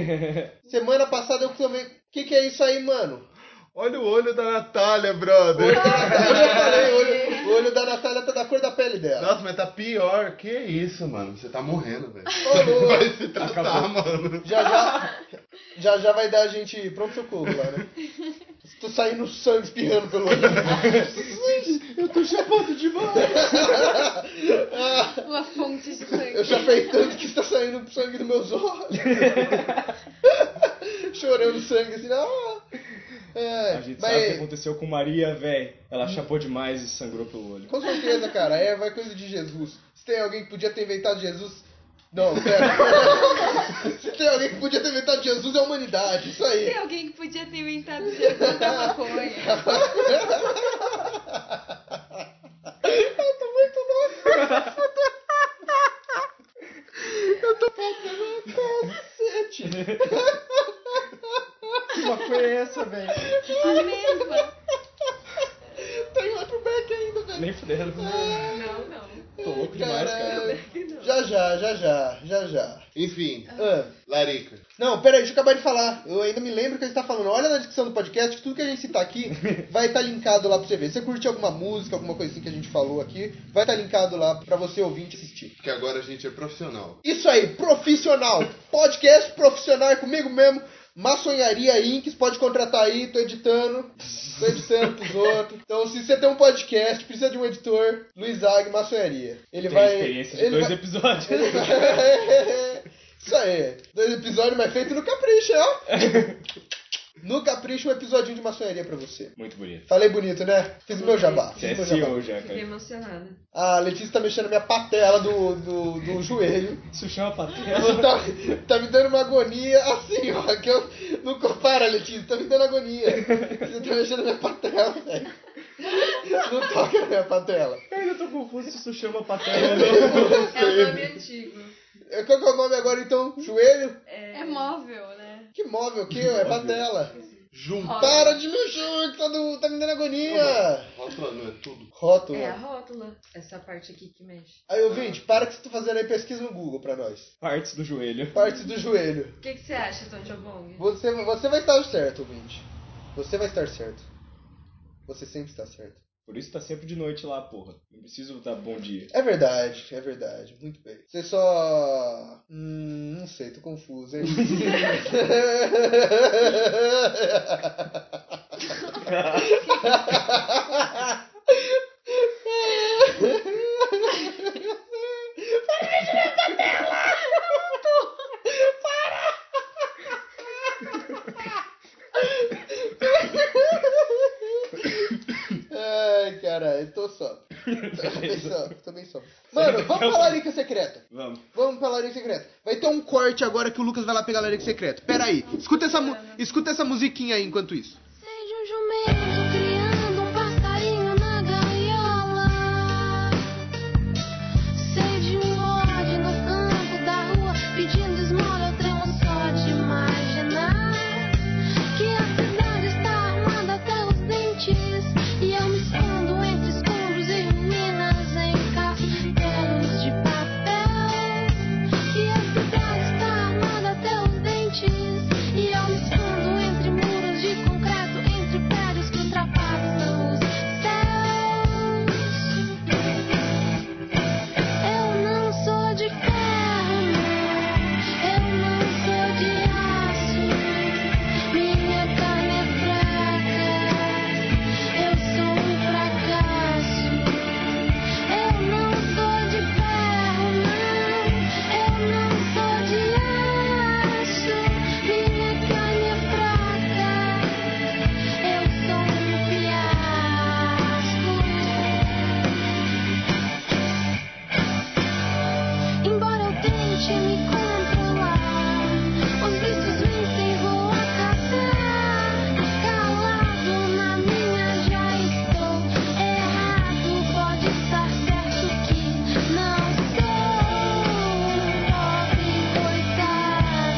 A: Semana passada eu também... Que que é isso aí, mano?
D: Olha o olho da Natália, brother.
A: Eu já falei, o olho, o olho da Natália tá da cor da pele dela.
D: Nossa, mas tá pior. Que isso, mano? Você tá morrendo, velho.
A: Ô, Lu,
D: Vai se tratar, mano.
A: já já... Já já vai dar a gente pronto-socorro lá, né? Tô saindo sangue espirrando pelo olho.
D: Eu tô chapado demais.
B: Uma fonte de
A: Eu
B: sangue.
A: chapei tanto que está saindo sangue dos meus olhos. Chorando sangue assim, ah. É,
C: A gente sabe o que
A: mas,
C: aconteceu com Maria, véi. Ela chapou demais e sangrou pelo olho.
A: com certeza, cara, é vai coisa de Jesus. Se tem alguém que podia ter inventado Jesus. Não, pera. Se tem alguém que podia ter inventado Jesus, é a humanidade, isso
B: Tem
A: aí.
B: alguém que podia ter inventado Jesus da maconha.
C: Que maconha é essa, véi?
B: A mesma.
A: Tem outro back ainda, velho.
C: Nem fudendo.
E: Não, não.
C: Tô louco demais, cara.
A: Caralho. Já já, já já, já já.
D: Enfim,
A: Ah.
D: Larica.
A: Não, peraí, deixa eu acabar de falar. Eu ainda me lembro o que a gente tá falando. Olha na descrição do podcast que tudo que a gente citar aqui vai estar linkado lá pra você ver. Se você curtir alguma música, alguma coisa assim que a gente falou aqui, vai estar linkado lá pra você ouvir e assistir.
D: Que agora a gente é profissional.
A: Isso aí, profissional. Podcast profissional é comigo mesmo. Maçonharia Inks, pode contratar aí, tô editando. Tô editando pros outros. Então, se você tem um podcast, precisa de um editor, Luiz Ag Maçonharia. Ele
C: Tem
A: vai.
C: experiência de
A: ele
C: dois
A: vai-
C: episódios.
A: Isso aí. Dois episódios, mas feito no capricho, ó. No capricho, um episodinho de maçonharia pra você.
C: Muito bonito.
A: Falei bonito, né? Fiz o meu jabá.
C: Você
A: Fiz
C: é
A: o meu jabá.
C: CEO já,
E: Fiquei
C: cara.
E: emocionada.
A: A Letícia tá mexendo minha patela do, do, do joelho.
C: Isso chama patela.
A: Ela tá, tá me dando uma agonia assim, ó. Que eu não compara, Letícia. Tá me dando agonia. Você tá mexendo minha patela, velho. Não toca na minha patela.
C: Eu ainda tô confuso se isso chama patela ou não.
E: É o nome antigo.
A: Qual que é o nome agora, então? Joelho?
B: É móvel, né?
A: Que móvel, que? É patela.
D: Juntar.
A: Para de mexer, que tá, do- tá me dando agonia.
D: Rótula não é tudo.
A: Rótulo.
E: É a rótula. Essa parte aqui que mexe.
A: Aí, ouvinte, para que você tá fazendo aí pesquisa no Google pra nós.
C: Partes do joelho.
A: Parte do joelho.
E: O que, que você acha, Tom Jobong?
A: Você, você vai estar certo, ouvinte. Você vai estar certo. Você sempre está certo.
C: Por isso tá sempre de noite lá, porra. Não preciso dar bom dia.
A: É verdade, é verdade. Muito bem. Você só. Hum, não sei, tô confuso, hein? Ai, caralho, tô só. Tô bem só, tô bem só. Mano, vamos pra larica secreta.
C: Vamos.
A: Vamos pra larica secreta. Vai ter um corte agora que o Lucas vai lá pegar a larica secreta. Pera aí, escuta essa, mu- escuta essa musiquinha aí enquanto isso.
G: Seja um jumento criando um passarinho na gaiola. Seja um ódio no campo da rua pedindo esmola. Eu tremo só de imaginar que a cidade está armada até os dentes. E eu me escondo entre escombros e ruínas em castelos de papel. Que a cidade está armada até os dentes E eu me escondo entre muros de concreto Entre prédios que ultrapassam os céus Eu não sou de ferro Eu não sou de aço Minha carne é fraca Eu sou um fracasso eu não sou de ferro, não. Eu não sou de aço. Minha carne é fraca. Eu sou um fiasco. Embora eu tente me controlar, os bichos vencem, vou acabar. Calado na minha já estou errado. Pode estar certo que não sou pobre, coitado.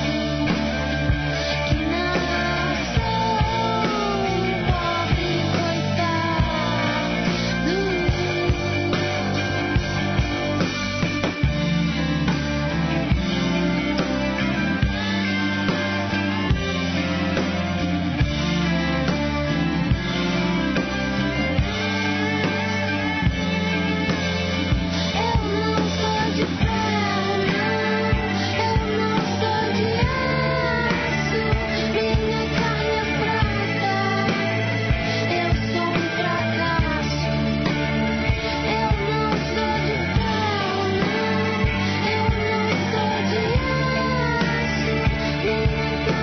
G: Que não sou pobre, coitado. Eu não sou de ferro, eu não sou de aço. Minha carne é fraca, eu sou um fracasso. Eu não sou de ferro, eu não sou de aço. Minha carne é fraca, eu sou um fiasco.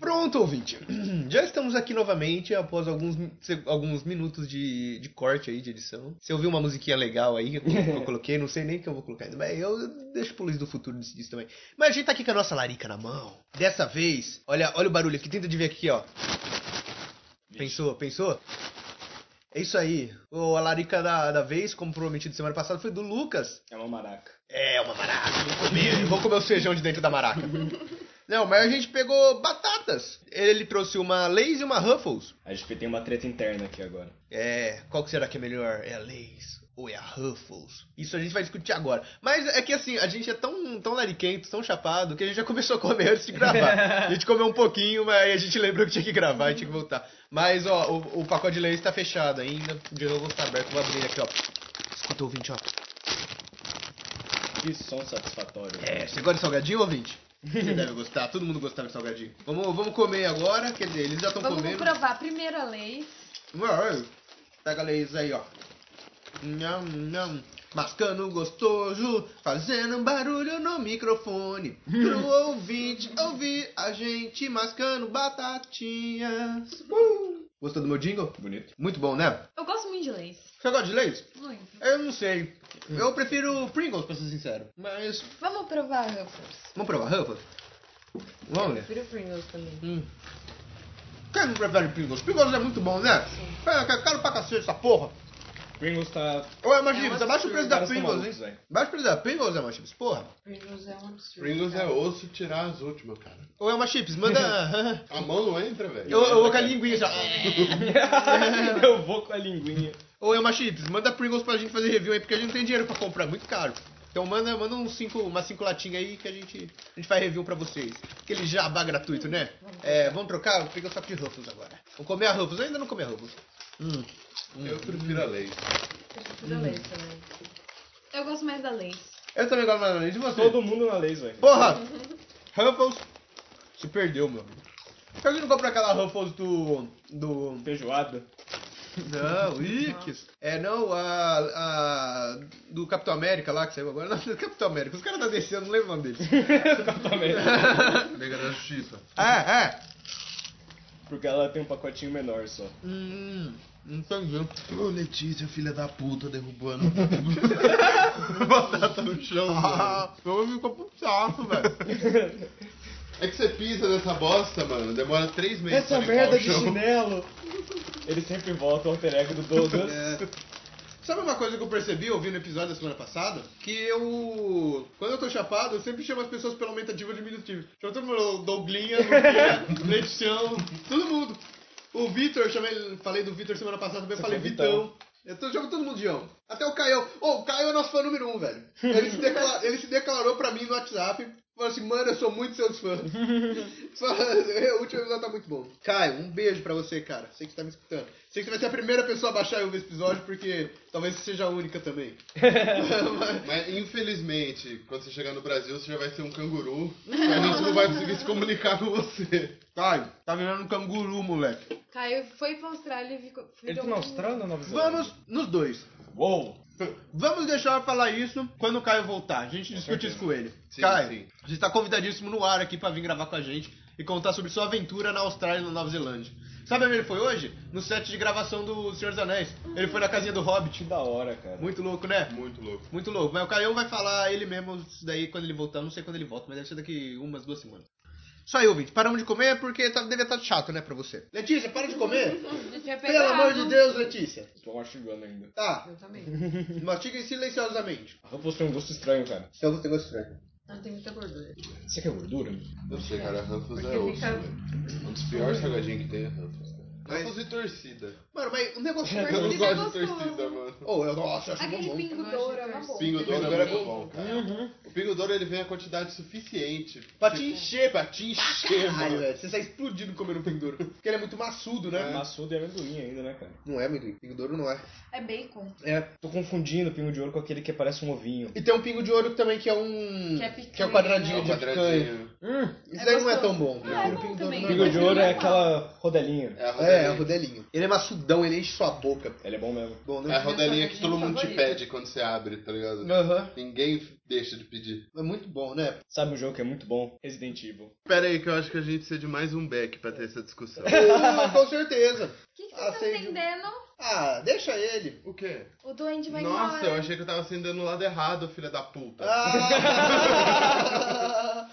A: Pronto, ouvinte. Já estamos aqui novamente após alguns, mi- se- alguns minutos de, de corte aí, de edição. Você ouviu uma musiquinha legal aí que eu, que eu coloquei, não sei nem o que eu vou colocar ainda, mas eu deixo pro Luiz do Futuro decidir isso também. Mas a gente tá aqui com a nossa larica na mão. Dessa vez, olha, olha o barulho aqui, tenta de ver aqui, ó. Pensou, pensou? É isso aí. O, a larica da, da vez, como prometido semana passada, foi do Lucas.
C: É uma maraca.
A: É, uma maraca. Vou comer, vou comer o feijão de dentro da maraca. Não, mas a gente pegou batatas. Ele trouxe uma Lays e uma Ruffles.
C: A gente tem uma treta interna aqui agora.
A: É, qual que será que é melhor? É a Lays ou é a Ruffles? Isso a gente vai discutir agora. Mas é que assim, a gente é tão, tão lariquento, tão chapado, que a gente já começou a comer antes de gravar. A gente comeu um pouquinho, mas aí a gente lembrou que tinha que gravar e tinha que voltar. Mas ó, o, o pacote de Lays tá fechado ainda. De novo está aberto. Vou abrir aqui, ó. Escuta, ouvinte, ó.
C: Que som satisfatório.
A: É, você gosta de salgadinho, ouvinte? Você deve gostar, todo mundo gostava de salgadinho. Vamos, vamos comer agora, quer dizer, eles já estão
B: Vamos
A: comendo.
B: provar primeiro a lei.
A: Vai, Pega leis aí, ó. Nham, nham. Mascando gostoso, fazendo um barulho no microfone. Pro ouvinte ouvir a gente mascando batatinhas. Uh! Gostou do meu jingle?
C: Bonito.
A: Muito bom, né?
B: Eu gosto muito de leis.
A: Você gosta de leis?
B: Muito.
A: Eu não sei. Eu prefiro Pringles, pra ser sincero. Mas,
B: Vamos provar Ruffles.
A: vamos provar Ruffles? Vamos, né?
E: Prefiro Pringles também.
A: Hum. Quem não prefere Pringles? Pringles é muito bom, né? É, que é caro pra cacete essa porra.
C: Pringles tá.
A: Ô, é Machibs,
C: É um
A: abaixa o preço da
C: absurdo, caras tão
A: Pringles,
C: malucos,
A: hein?
C: velho.
A: Abaixa o preço da Pringles, é Machibs, porra.
E: Pringles é um absurdo.
D: Pringles é osso tirar as últimas, cara.
A: Ô, é uma chips, manda.
D: A mão não entra, velho.
A: eu, eu vou com a linguinha já.
C: Eu vou com a linguinha.
A: Ô, eu Machites, manda Pringles pra gente fazer review aí, porque a gente não tem dinheiro pra comprar, muito caro. Então manda, manda uns cinco, umas cinco latinhas aí que a gente, a gente faz review pra vocês. Aquele jabá gratuito, né? É, vamos trocar? Eu peguei o saco de Ruffles agora. Vou comer a Ruffles, eu ainda não comi a Ruffles. Hum.
D: Eu prefiro a lei.
E: Eu prefiro a Lays também.
B: Eu gosto mais da Lays.
A: Eu também gosto mais de você.
C: Todo mundo na Lays, velho.
A: Porra! Ruffles se perdeu, meu amigo. Por que a gente não compra aquela Ruffles do. do.
C: Feijoada.
A: Não, Icks. É, não, a, a. do Capitão América lá que saiu agora. Não, do Capitão América. Os caras da DC, eu não lembro o nome deles.
C: Também.
D: Liga da Justiça.
A: ah, ah.
C: Porque ela tem um pacotinho menor só.
A: Hum,
D: um
A: entendi.
D: Ô, Letícia, filha da puta, derrubando batata no chão. mano.
A: Ah, eu fico pro saco, velho.
D: É que você pisa nessa bosta, mano. Demora três meses
C: Essa
D: pra limpar
C: merda
D: o
C: de
D: chão.
C: chinelo! Ele sempre volta ao alter ego do Douglas.
A: Sabe uma coisa que eu percebi ouvindo o episódio da semana passada? Que eu. Quando eu tô chapado, eu sempre chamo as pessoas pelo aumentativo e diminutivo. Chamo todo mundo, Douglinha, Luquinha, Letichão, todo mundo. O Vitor, eu chamei, falei do Vitor semana passada, também
C: Você
A: falei
C: foi
A: Vitão.
C: Vitão.
A: Eu tô, chamo todo mundo de Ião. Até o Caio. Ô, o Caio é nosso fã número um, velho. Ele se, decla- ele se declarou pra mim no WhatsApp. Falou assim, mano, eu sou muito seus fãs. Fala- o último episódio tá muito bom. Caio, um beijo pra você, cara. Sei que você tá me escutando. Sei que você vai ser a primeira pessoa a baixar e ouvir esse episódio, porque talvez você seja a única também.
D: Mas infelizmente, quando você chegar no Brasil, você já vai ser um canguru. e a gente não vai conseguir se comunicar com você.
A: Caio, tá virando um canguru, moleque.
B: Caio foi pra Austrália e ficou. um ficou
C: Ele tá na Austrália ou Nova Zelândia?
A: Vamos nos dois.
C: Uou!
A: Vamos deixar eu falar isso quando o Caio voltar. A gente discute
C: certeza.
A: isso com ele.
D: Sim,
A: Caio,
D: sim.
A: você está convidadíssimo no ar aqui para vir gravar com a gente e contar sobre sua aventura na Austrália e na Nova Zelândia. Sabe onde ele foi hoje? No set de gravação do Senhor dos Anéis. Ele foi na casinha do
C: Que
A: Hobbit.
C: da hora, cara.
A: Muito louco, né?
D: É Muito louco.
A: Muito louco. Mas o Caio vai falar ele mesmo isso daí quando ele voltar. Eu não sei quando ele volta, mas deve ser daqui umas duas semanas. Isso aí, ouvinte. Paramos de comer porque tá, devia estar chato, né, pra você. Letícia, para de comer. Pelo amor de Deus, Letícia.
C: Tô mastigando ainda.
A: Tá,
E: Eu também.
A: mastiguem silenciosamente.
C: A roupa tem um gosto estranho, cara.
A: Então você gostou. estranho.
E: Não tem muita gordura.
C: Isso aqui é gordura?
D: Eu sei, cara, Ruffles é
E: Porque
D: osso,
E: fica-
D: velho. Um dos piores salgadinhos que tem é Ruffles. cara. Ruffles e torcida.
A: Mano, mas o negócio
D: Eu não
B: Torcida é
D: gosto de
B: gostoso.
D: torcida, mano.
A: Oh, eu, nossa, eu acho
B: Aquele
A: bom.
B: pingo
E: Eu
B: douro é
E: gosto de
B: uma boa.
D: Pingo douro
A: Pingo
D: é
A: douro
D: muito bom, cara. O pingo douro ele vem a quantidade suficiente
A: Pra te encher,
D: pra te encher,
A: Caralho,
D: mano.
A: velho. Você sai explodindo comendo pingo douro. Porque ele é muito maçudo,
C: É.
A: né?
C: Maçudo e amendoim ainda, né, cara?
A: Não é, amendoim. Pingo douro não é.
B: É bacon.
A: É.
C: Tô confundindo o pingo de ouro com aquele que parece um ovinho.
A: E tem um pingo de ouro também que é um.
B: Que é picanha,
A: que é o quadradinho
D: É um
A: de picanha.
D: quadradinho.
C: Hum,
A: Isso
B: É
A: daí não é
B: gostoso.
A: tão bom.
B: Ah, é
A: Eu prefiro
B: bom
A: pingo
B: também.
A: douro
C: pingo de
A: normal.
C: ouro é aquela rodelinha.
D: É
A: É, é
D: a
A: o
D: rodelinha.
A: rodelinho. Ele é maçudão, ele enche sua boca.
C: Ele é bom mesmo.
A: Bom,
D: É a
A: né?
D: rodelinha que
E: Minha
D: todo mundo te
E: favorita.
D: pede quando você abre, tá ligado?
A: Aham.
D: Ninguém deixa de pedir.
A: É muito bom, né?
C: Sabe um jogo que é muito bom? Resident Evil.
D: Pera aí que eu acho que a gente precisa de mais um back pra ter essa discussão.
A: Ah, com certeza.
B: O que, que
A: Ah,
B: vocês estão
A: sei.
B: entendendo?
A: Ah, deixa ele.
D: o quê?
B: O doente vai
D: Nossa, eu
B: embora.
D: achei que eu tava sendo no lado errado, filha da puta.
A: Ah.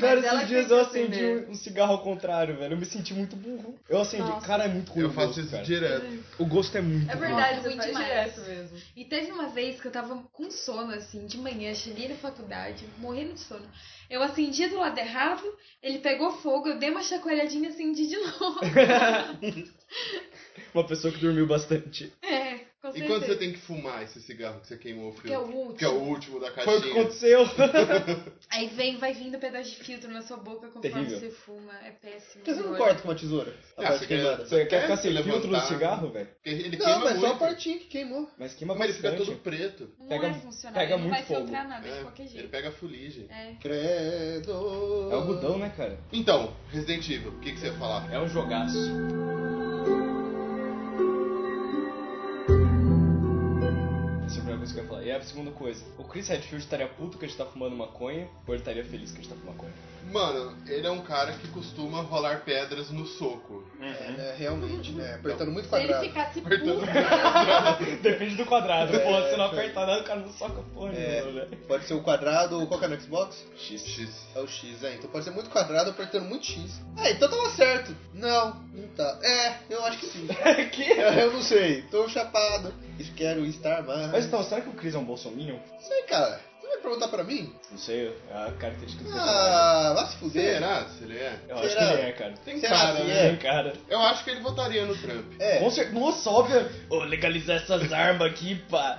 C: Cara,
E: ela
C: esses
E: que
C: dias
E: tem
C: eu
E: que
C: acendi
E: acender.
C: um, um cigarro ao contrário, velho. Eu me senti muito burro. Eu acendi.
E: Nossa.
C: Cara, é muito ruim.
D: eu
C: o
D: faço
C: gosto,
D: isso
C: cara.
D: direto.
C: O gosto é muito
E: É
C: ruim.
E: verdade,
B: Nossa,
E: você
B: faz
E: faz
B: direto
E: direto mesmo.
B: E teve uma vez que eu tava com sono, assim, de manhã, cheguei na faculdade, morrendo de sono. Eu acendi do lado errado, ele pegou fogo, eu dei uma chacoalhadinha e acendi de novo.
C: Uma pessoa que dormiu bastante.
B: é, com certeza.
D: E quando você tem que fumar esse cigarro que você queimou o fio?
B: Que é o último.
D: Que é o último da caixinha.
C: Foi o que aconteceu.
B: Aí vem, vai vindo um pedaço de filtro na sua boca conforme
C: Terrível.
B: você fuma. É péssimo.
A: Por que você não
B: Olha.
A: corta com uma tesoura? A
D: Ah,
A: parte
D: você quer-
A: queimada.
C: Você quer ficar
D: se
C: sem né? filtro do
D: levantar.
C: cigarro, velho?
D: Porque ele queima
A: Não, mas só a
D: muito.
A: partinha que queimou.
C: Mas queima
D: Mas ele fica
C: bastante.
D: todo preto.
B: Não
C: Pega-
B: é funcional,
C: pega
B: ele não vai
C: muito fogo.
B: filtrar nada
D: É,
B: de Ah, qualquer
D: Ele
B: jeito.
D: pega fuligem.
B: É.
A: Credo.
C: É algodão, né, cara?
D: Então, Resident Evil, o que, que você ia falar?
C: É um jogaço. Essa é a primeira coisa que eu ia falar. E a segunda coisa, o Chris Redfield estaria puto que a gente tá fumando maconha, ou ele estaria feliz que a gente tá fumando maconha?
D: Mano, ele é um cara que costuma rolar pedras no soco.
A: É, realmente, né? Apertando muito
B: Se ele
A: quadrado.
B: ficasse
D: Apertando
B: puto,
C: Depende do quadrado,
A: É,
C: porra, se você não
A: foi.
C: apertar nada, o cara não soca porra
A: É.
C: nenhuma, né?
A: Pode ser o quadrado ou qual que é no Xbox?
C: X.
D: X.
A: É o X, é. Então pode ser muito quadrado apertando muito X. É, então tava certo. Não, não tá. É, eu acho que sim.
C: que?
A: Eu não sei. Tô chapado. Quero estar mais.
D: tá.
C: Mas então, será que o Chris é um bolsominion?
A: Sei, cara. Será perguntar pra mim?
C: Não sei, é a característica do personagem.
A: Ah, vai se fuder.
D: Será? Se ele é?
C: Eu acho que
A: será?
C: ele é, cara.
D: Tem
A: Será
D: cara,
A: que
D: né?
A: é?
C: Tem cara.
D: Eu acho que ele votaria no Trump.
A: É.
C: Com cer- Nossa, óbvio. Ô, legalizar essas armas aqui, pá.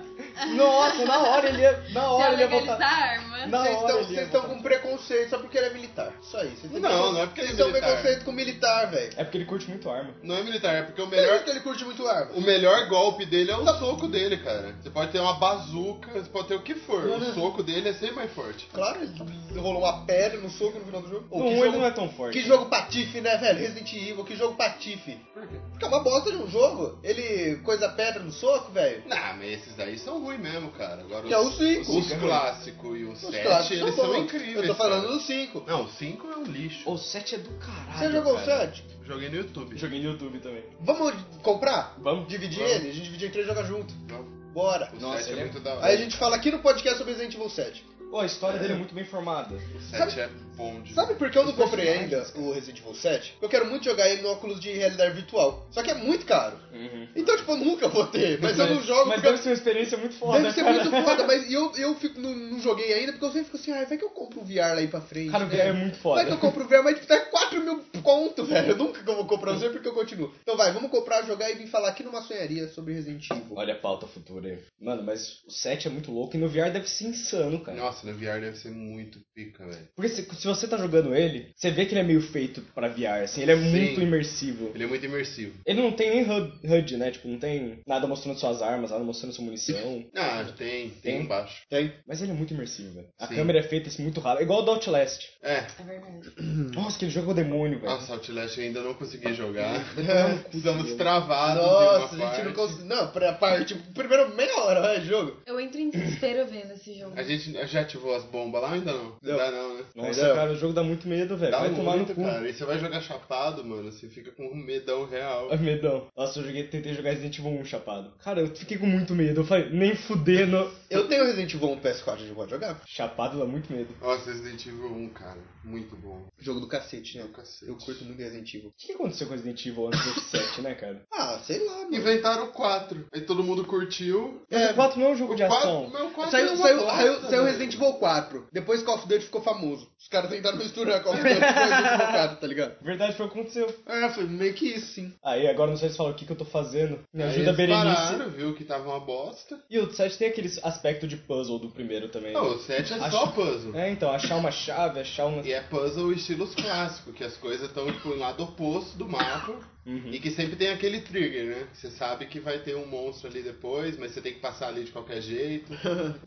C: Nossa, na hora ele ia. Na hora
B: Já
C: ele ia voltar.
B: legalizar a arma.
C: Na
A: Vocês
C: hora
A: estão-
C: ele ia
A: Vocês estão
C: voltar.
A: com preconceito só porque ele é militar. Isso aí. Vocês têm
D: é Não,
A: preconceito-
D: não é porque ele é
A: Vocês têm
D: militar.
A: preconceito com militar, velho.
C: É porque ele curte muito arma.
D: Não é militar, é porque o
A: Melhor
D: melhor,
A: que ele curte muito arma.
D: o melhor golpe dele é o soco dele, cara. Você pode ter uma bazuca, você pode ter o que for. O soco dele é sempre mais forte.
A: Claro, ele rolou uma pedra no soco no final do jogo. Ô,
C: No
A: que
C: 1
A: jogo-
C: ele não é tão forte.
A: Que jogo patife, né, velho? Resident Evil, que jogo patife. Porque é uma bosta de um jogo. Ele coisa pedra no soco, velho.
D: Não, Ah, mas esses daí são ruins mesmo, cara. Agora
A: Que é o
D: os,
A: cinco.
D: os clássicos e os
A: Os
D: 7,
A: clássicos
D: eles
A: são
D: são
A: bons.
D: incríveis.
A: Eu tô falando
D: cara. Ah,
A: do 5.
D: Não, o 5 é um lixo.
C: O 7 é do caralho.
A: Você jogou o
C: cara.
A: 7?
D: Joguei no YouTube.
C: Joguei no YouTube também.
A: Vamos comprar?
C: Vamos.
A: Dividir
D: Vamos.
A: ele? A gente divide em três e joga junto.
D: Não,
A: Bora.
D: O
C: Nossa,
D: 7
C: ele
D: é
C: é-
D: muito da hora.
A: Aí a gente fala aqui no podcast sobre Resident Evil 7.
C: Pô, a história dele é muito bem formada.
D: O 7 é bom de.
A: Sabe por que eu não
C: Os
A: comprei
C: personagens,
A: ainda o Resident Evil 7? Porque Eu quero muito jogar ele no óculos de realidade virtual. Só que é muito caro.
C: Uhum.
A: Então, tipo, eu nunca vou ter. Mas eu não jogo
C: Mas
A: porque
C: deve ser uma experiência muito foda.
A: Deve ser
C: cara.
A: muito foda, mas eu, eu fico, não, não joguei ainda porque eu sempre fico assim, ai, vai que eu compro o VR lá aí pra frente.
C: Cara, o
A: né?
C: VR é muito foda.
A: Vai que eu compro o VR, mas tipo, tá 4 mil conto, velho. Eu nunca que eu vou comprar, não sei porque eu continuo. Então vai, vamos comprar, jogar e vir falar aqui numa sonharia sobre Resident Evil.
C: Olha a pauta futura aí. Mano, mas o 7 é muito louco e no VR deve ser insano, cara.
D: Nossa, no VR deve ser muito pica, velho.
C: Porque se, se você tá jogando ele, você vê que ele é meio feito pra VR, assim, ele é
D: Sim.
C: muito imersivo.
D: Ele é muito imersivo.
C: Ele não tem nem HUD, HUD, né? Tipo, não tem nada mostrando suas armas, nada mostrando sua munição.
D: Ah, tem, tem,
C: Tem?
D: embaixo.
A: Tem?
C: Mas ele é muito imersivo, velho. A
D: Sim.
C: câmera é feita assim, muito rápido. É Igual o do Outlast.
D: É,
B: É verdade.
C: Nossa, aquele jogo é o demônio, velho.
D: nossa, Outlast eu ainda não consegui jogar.
A: É.
D: Estamos travados
A: Nossa,
D: em
A: a
D: uma
A: gente não
D: parte.
A: consegue. Não, pra parte, tipo, primeiro meia hora, vai, jogo.
B: Eu entro em desespero vendo esse jogo.
D: A gente já ativou as bombas lá ou ainda não? Não
A: Não.
D: dá não, né?
C: Nossa,
A: Entendeu?
C: cara, o jogo dá muito medo, velho.
D: Dá
C: Vai tomar no
D: muito,
C: cu.
D: cara. E você vai jogar chapado, mano, você fica com um medão real.
C: Ai, medão. Nossa, eu joguei, tentei jogar Resident Evil 1 chapado. Cara, eu fiquei com muito medo. Eu falei, nem fudendo.
A: Eu tenho Resident Evil 1 PS4, a gente pode jogar?
C: Chapado dá muito medo.
D: Nossa, Resident Evil 1, cara. Muito bom.
A: Jogo do cacete, né?
D: Do cacete.
A: Eu curto muito Resident Evil.
C: O que que aconteceu com Resident Evil antes do 7, né, cara?
A: Ah, sei lá, mano.
D: Inventaram o 4. Aí todo mundo curtiu.
C: Mas o 4 não é um jogo de ação.
D: meu 4 é
A: Saiu,
D: uma
A: saiu,
D: bosta,
A: saiu, saiu
D: velho.
A: Resident Evil 4. Depois Call of Duty ficou famoso. Os caras tentaram misturar Call of Duty com Resident Evil 4, tá ligado?
C: Verdade, foi o que aconteceu.
A: É, foi meio que isso, sim.
C: Aí, agora não sei se fala o que, que eu tô fazendo. Me
D: Aí
C: ajuda,
D: eles
C: Berenice.
D: pararam, viu que tava uma bosta.
C: E o 7 tem aquele aspecto de puzzle do primeiro também. né?
D: Não, o 7 é
C: Acho-
D: só puzzle.
C: É, então, achar uma chave, achar um.
D: E é puzzle estilos clássico, que as coisas estão tipo, em lado oposto do mapa
C: Uhum.
D: e que sempre tem aquele trigger, né? Você sabe que vai ter um monstro ali depois, mas você tem que passar ali de qualquer jeito.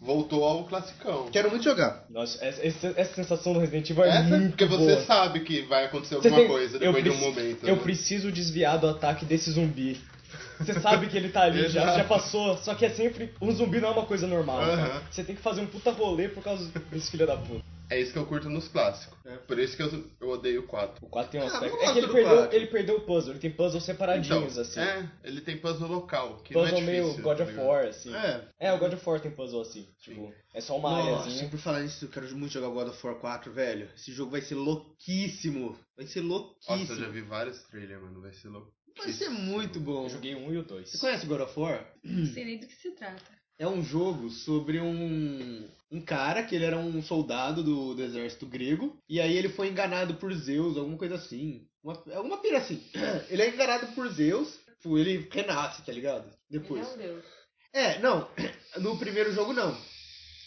D: Voltou ao classicão.
A: Quero muito jogar.
C: Nossa, essa, essa- essa sensação do Resident Evil é
D: Essa,
C: muito
D: porque você
C: boa.
D: sabe que vai acontecer
C: Você
D: alguma
C: tem-
D: coisa
C: eu
D: depois de um
C: preci-
D: momento.
C: Eu
D: né?
C: preciso desviar do ataque desse zumbi. Você sabe que ele tá ali, já,
D: Exato.
C: já passou. Só que é sempre. Um zumbi não é uma coisa normal. cara.
D: Aham.
C: Você tem que fazer um puta rolê por causa desse filho da puta.
D: É isso que eu curto nos clássicos.
C: É.
D: Por isso que eu, eu odeio o 4.
C: O 4 tem um
A: Ah,
C: aspecto.
A: não
C: é
A: gosto
C: que ele
A: do
C: perdeu,
A: quatro.
C: ele perdeu o puzzle. Ele tem puzzles separadinhos, assim.
D: É, ele tem puzzle local, que
C: puzzle
D: não é difícil.
C: meio God
D: tá
C: of
D: ligado?
C: War, assim.
A: É.
C: É, o God of War tem puzzle assim. Tipo, é só uma
A: Nossa,
C: áreazinha.
A: por falar nisso, eu quero muito jogar God of War 4, velho. Esse jogo vai ser louquíssimo. Vai ser
D: Nossa,
A: louquíssimo.
D: eu já vi vários trailers, mano. Vai ser louco.
A: Vai ser muito bom.
C: Eu joguei um e o
A: Você
C: dois.
A: conhece God of War?
B: Não sei nem do que se trata.
A: É um jogo sobre um, um cara que ele era um soldado do, do exército grego, e aí ele foi enganado por Zeus, alguma coisa assim. Uma, alguma pira assim. Ele é enganado por Zeus, tipo, ele renasce, tá ligado?
E: Ele
A: Depois.
E: é um deus.
A: É, não, no primeiro jogo não.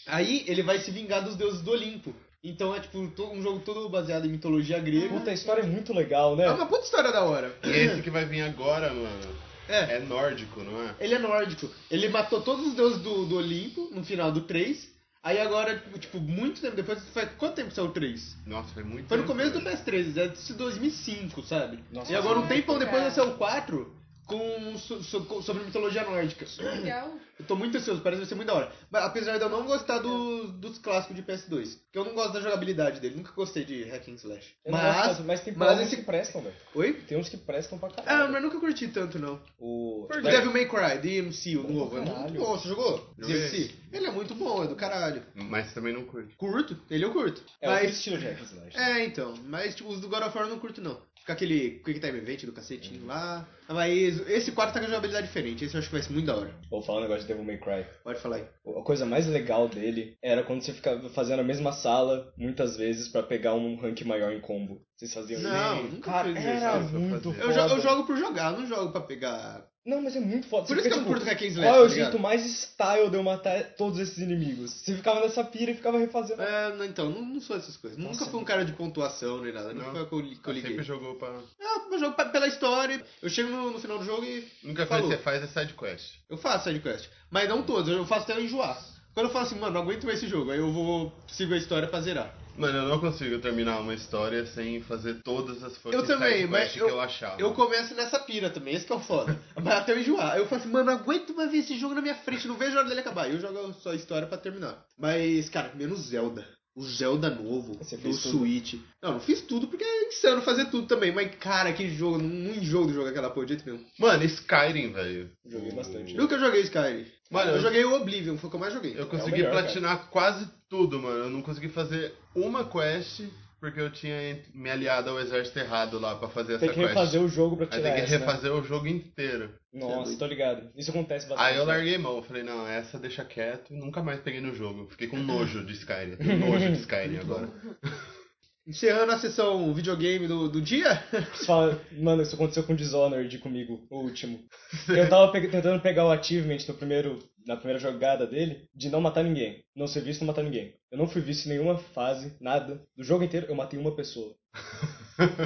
A: Aí ele vai se vingar dos deuses do Olimpo. Então é tipo to- um jogo todo baseado em mitologia grega.
C: Puta, a história é muito legal, né?
A: É uma puta história da hora.
D: E esse que vai vir agora, mano,
A: É.
D: é nórdico, não é?
A: Ele é nórdico. Ele matou todos os deuses do, do Olimpo no final do 3. Aí agora, tipo, muito tempo depois, faz quanto tempo saiu o 3?
D: Nossa, foi muito
A: Foi no
D: tempo,
A: começo do
D: velho.
A: PS3, é de 2005, sabe?
C: Nossa,
A: e agora um
B: senhora,
A: tempão
B: cara.
A: depois vai sair o 4 com, so- so- com- sobre mitologia nórdica.
B: Legal.
A: Eu tô muito ansioso, parece que vai ser muito da hora. Mas, apesar de eu não gostar do- dos clássicos de PS2, que eu não gosto da jogabilidade dele, nunca gostei de hack and slash.
C: Eu não gosto
A: Mas...
C: tanto, mas tem
A: mas
C: puzzles
A: esse-
C: que prestam, velho.
A: Oi?
C: Tem uns que prestam pra caralho.
A: Ah, mas nunca curti tanto, não.
C: O...
A: O Devil May Cry, DMC, o
C: Bom
A: novo, é
C: pra
A: muito
C: caralho.
A: bom. Você jogou?
D: Joguei.
A: DMC? Ele é muito bom, é do caralho.
D: Mas também não curto.
A: Curto, ele eu curto.
C: É o
A: mas.
C: estilo de hack and slash.
A: É, então. Mas tipo, os do God of War eu não curto, não. Com aquele Quick Time Event do
C: Uhum.
A: cacetinho lá. Ah, Mas esse quarto tá com jogabilidade diferente. Esse eu acho que vai ser muito da hora.
C: Vou falar um negócio de Devil May Cry.
A: Pode falar aí.
C: A coisa mais legal dele era quando você ficava fazendo a mesma sala muitas vezes pra pegar um rank maior em combo. Vocês faziam
A: Não,
C: isso?
A: nunca
C: cara,
A: fiz
C: era
D: isso, eu
C: muito
D: fazia.
C: foda.
A: Eu, jo- eu jogo por jogar, eu não jogo pra pegar.
C: Não, mas é muito foda.
A: Por
C: Você
A: isso que eu
C: fica,
A: curto
C: tipo,
A: Hack and Slash.
C: Qual é o
A: tá
C: jeito
A: ligado?
C: mais style de eu matar todos esses inimigos? Você ficava nessa pira e ficava refazendo.
A: É, não, então, não, não sou essas coisas. Nunca
C: Nossa. Tá
A: fui um cara de pontuação nem nada. Nunca
D: Não.
A: foi o que eu, li- que eu liguei.
D: Sempre jogou pra.
A: Não, eu jogo pra- pela história. Eu chego no, no final do jogo e
D: Nunca
A: Falou.
D: coisa que você faz é side quest.
A: eu faço sidequest. Mas não todas, eu faço até eu enjoar. Quando eu falo assim, mano, não aguento mais esse jogo, aí eu vou sigo a história pra zerar.
D: Mano, eu não consigo terminar uma história sem fazer todas as fucking
A: Eu também,
D: side
A: mas
D: quest
A: eu-
D: que eu achava.
A: Eu começo nessa pira também, esse que é o foda. Mas até eu enjoar. Aí eu falo assim, mano, não aguento mais ver esse jogo na minha frente, não vejo a hora dele acabar. Aí eu jogo só a história pra terminar. Mas, cara, menos Zelda. O Zelda novo,
C: Você
A: do
C: fez tudo?
A: Switch. Não, não fiz tudo porque é insano fazer tudo também. Mas, cara, aquele jogo, não, não enjoo do jogo aquela porra de jeito nenhum.
D: Mano, Skyrim, velho.
C: Joguei bastante.
A: Nunca joguei Skyrim.
D: Mano,
A: eu
D: eu-
A: joguei o Oblivion, foi o que eu mais joguei.
D: Eu consegui
C: É melhor,
D: platinar quase tudo, mano. Eu não consegui fazer uma quest porque eu tinha me aliado ao exército errado lá pra fazer
C: Tem
D: essa
C: que
D: quest.
C: refazer o jogo pra
D: Aí
C: tirar
D: tem que
C: essa, né?
D: refazer o jogo inteiro.
C: Nossa, tô ligado. Isso acontece bastante. né?
D: Aí eu larguei mão, eu falei, não, essa deixa quieto e nunca mais peguei no jogo. Fiquei com nojo de Skyrim. Tenho nojo de Skyrim agora.
A: Encerrando a sessão videogame do, do dia.
C: Você fala, Mano, isso aconteceu com Dishonored comigo, o último. Eu tava pe- tentando pegar o achievement no primeiro, na primeira jogada dele de não matar ninguém. Não ser visto, não matar ninguém. Eu não fui visto em nenhuma fase, nada. Do jogo inteiro, eu matei uma pessoa.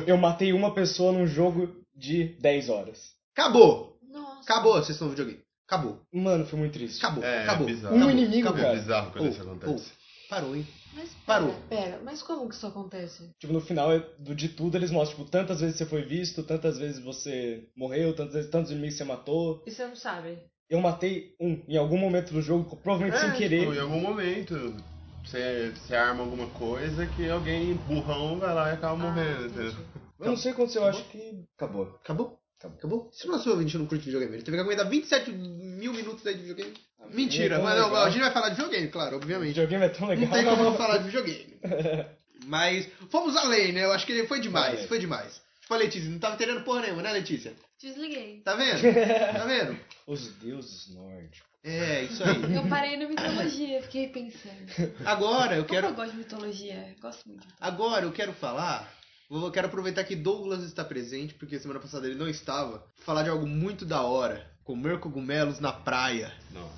C: Eu matei uma pessoa num jogo de 10 horas.
A: Acabou!
B: Nossa.
A: Acabou a sessão videogame. Acabou.
C: Mano, foi muito triste.
A: Acabou.
D: É,
A: acabou.
D: é bizarro.
A: acabou,
C: Um inimigo,
A: acabou.
D: É
C: cara.
D: bizarro quando
A: Oh,
D: isso acontece.
A: oh, parou, hein?
B: Mas pera,
A: Parou.
B: Pera, mas como que isso acontece?
C: Tipo, no final é- do de tudo eles mostram, tipo, tantas vezes você foi visto, tantas vezes você morreu, tantas vezes, tantos inimigos você matou.
B: E você não sabe?
C: Eu matei um em algum momento do jogo,
A: É,
C: provavelmente sem querer.
D: Tipo, em algum momento você, você arma alguma coisa que alguém burrão vai lá e acaba
E: Ah,
D: morrendo, entendeu?
C: Eu não sei quando eu acho que. Acabou.
A: Acabou? Acabou. Acabou? assim, Se o nosso ouvinte não curte videogame, ele teve que aguentar 27 mil minutos aí de videogame. Ah, Mentira,
C: é
A: mas não,
C: legal.
A: a gente vai falar de videogame, claro,
C: O
A: obviamente.
C: videogame é tão legal.
A: Não tem como não falar de videogame. Mas fomos além, né? Eu acho que foi demais,
C: Além.
A: foi demais. Tipo, a Letícia, não tava entendendo porra nenhuma, né, Letícia?
B: Desliguei.
A: Tá vendo? Tá vendo?
C: Os deuses nórdicos.
A: É, isso aí.
B: Eu parei na mitologia, fiquei pensando.
A: Agora eu
B: Como
A: quero
B: eu gosto de mitologia? Gosto muito.
A: Agora eu quero falar, eu quero aproveitar que Douglas está presente, porque semana passada ele não estava, falar de algo muito da hora. Comer cogumelos na praia.
D: Não.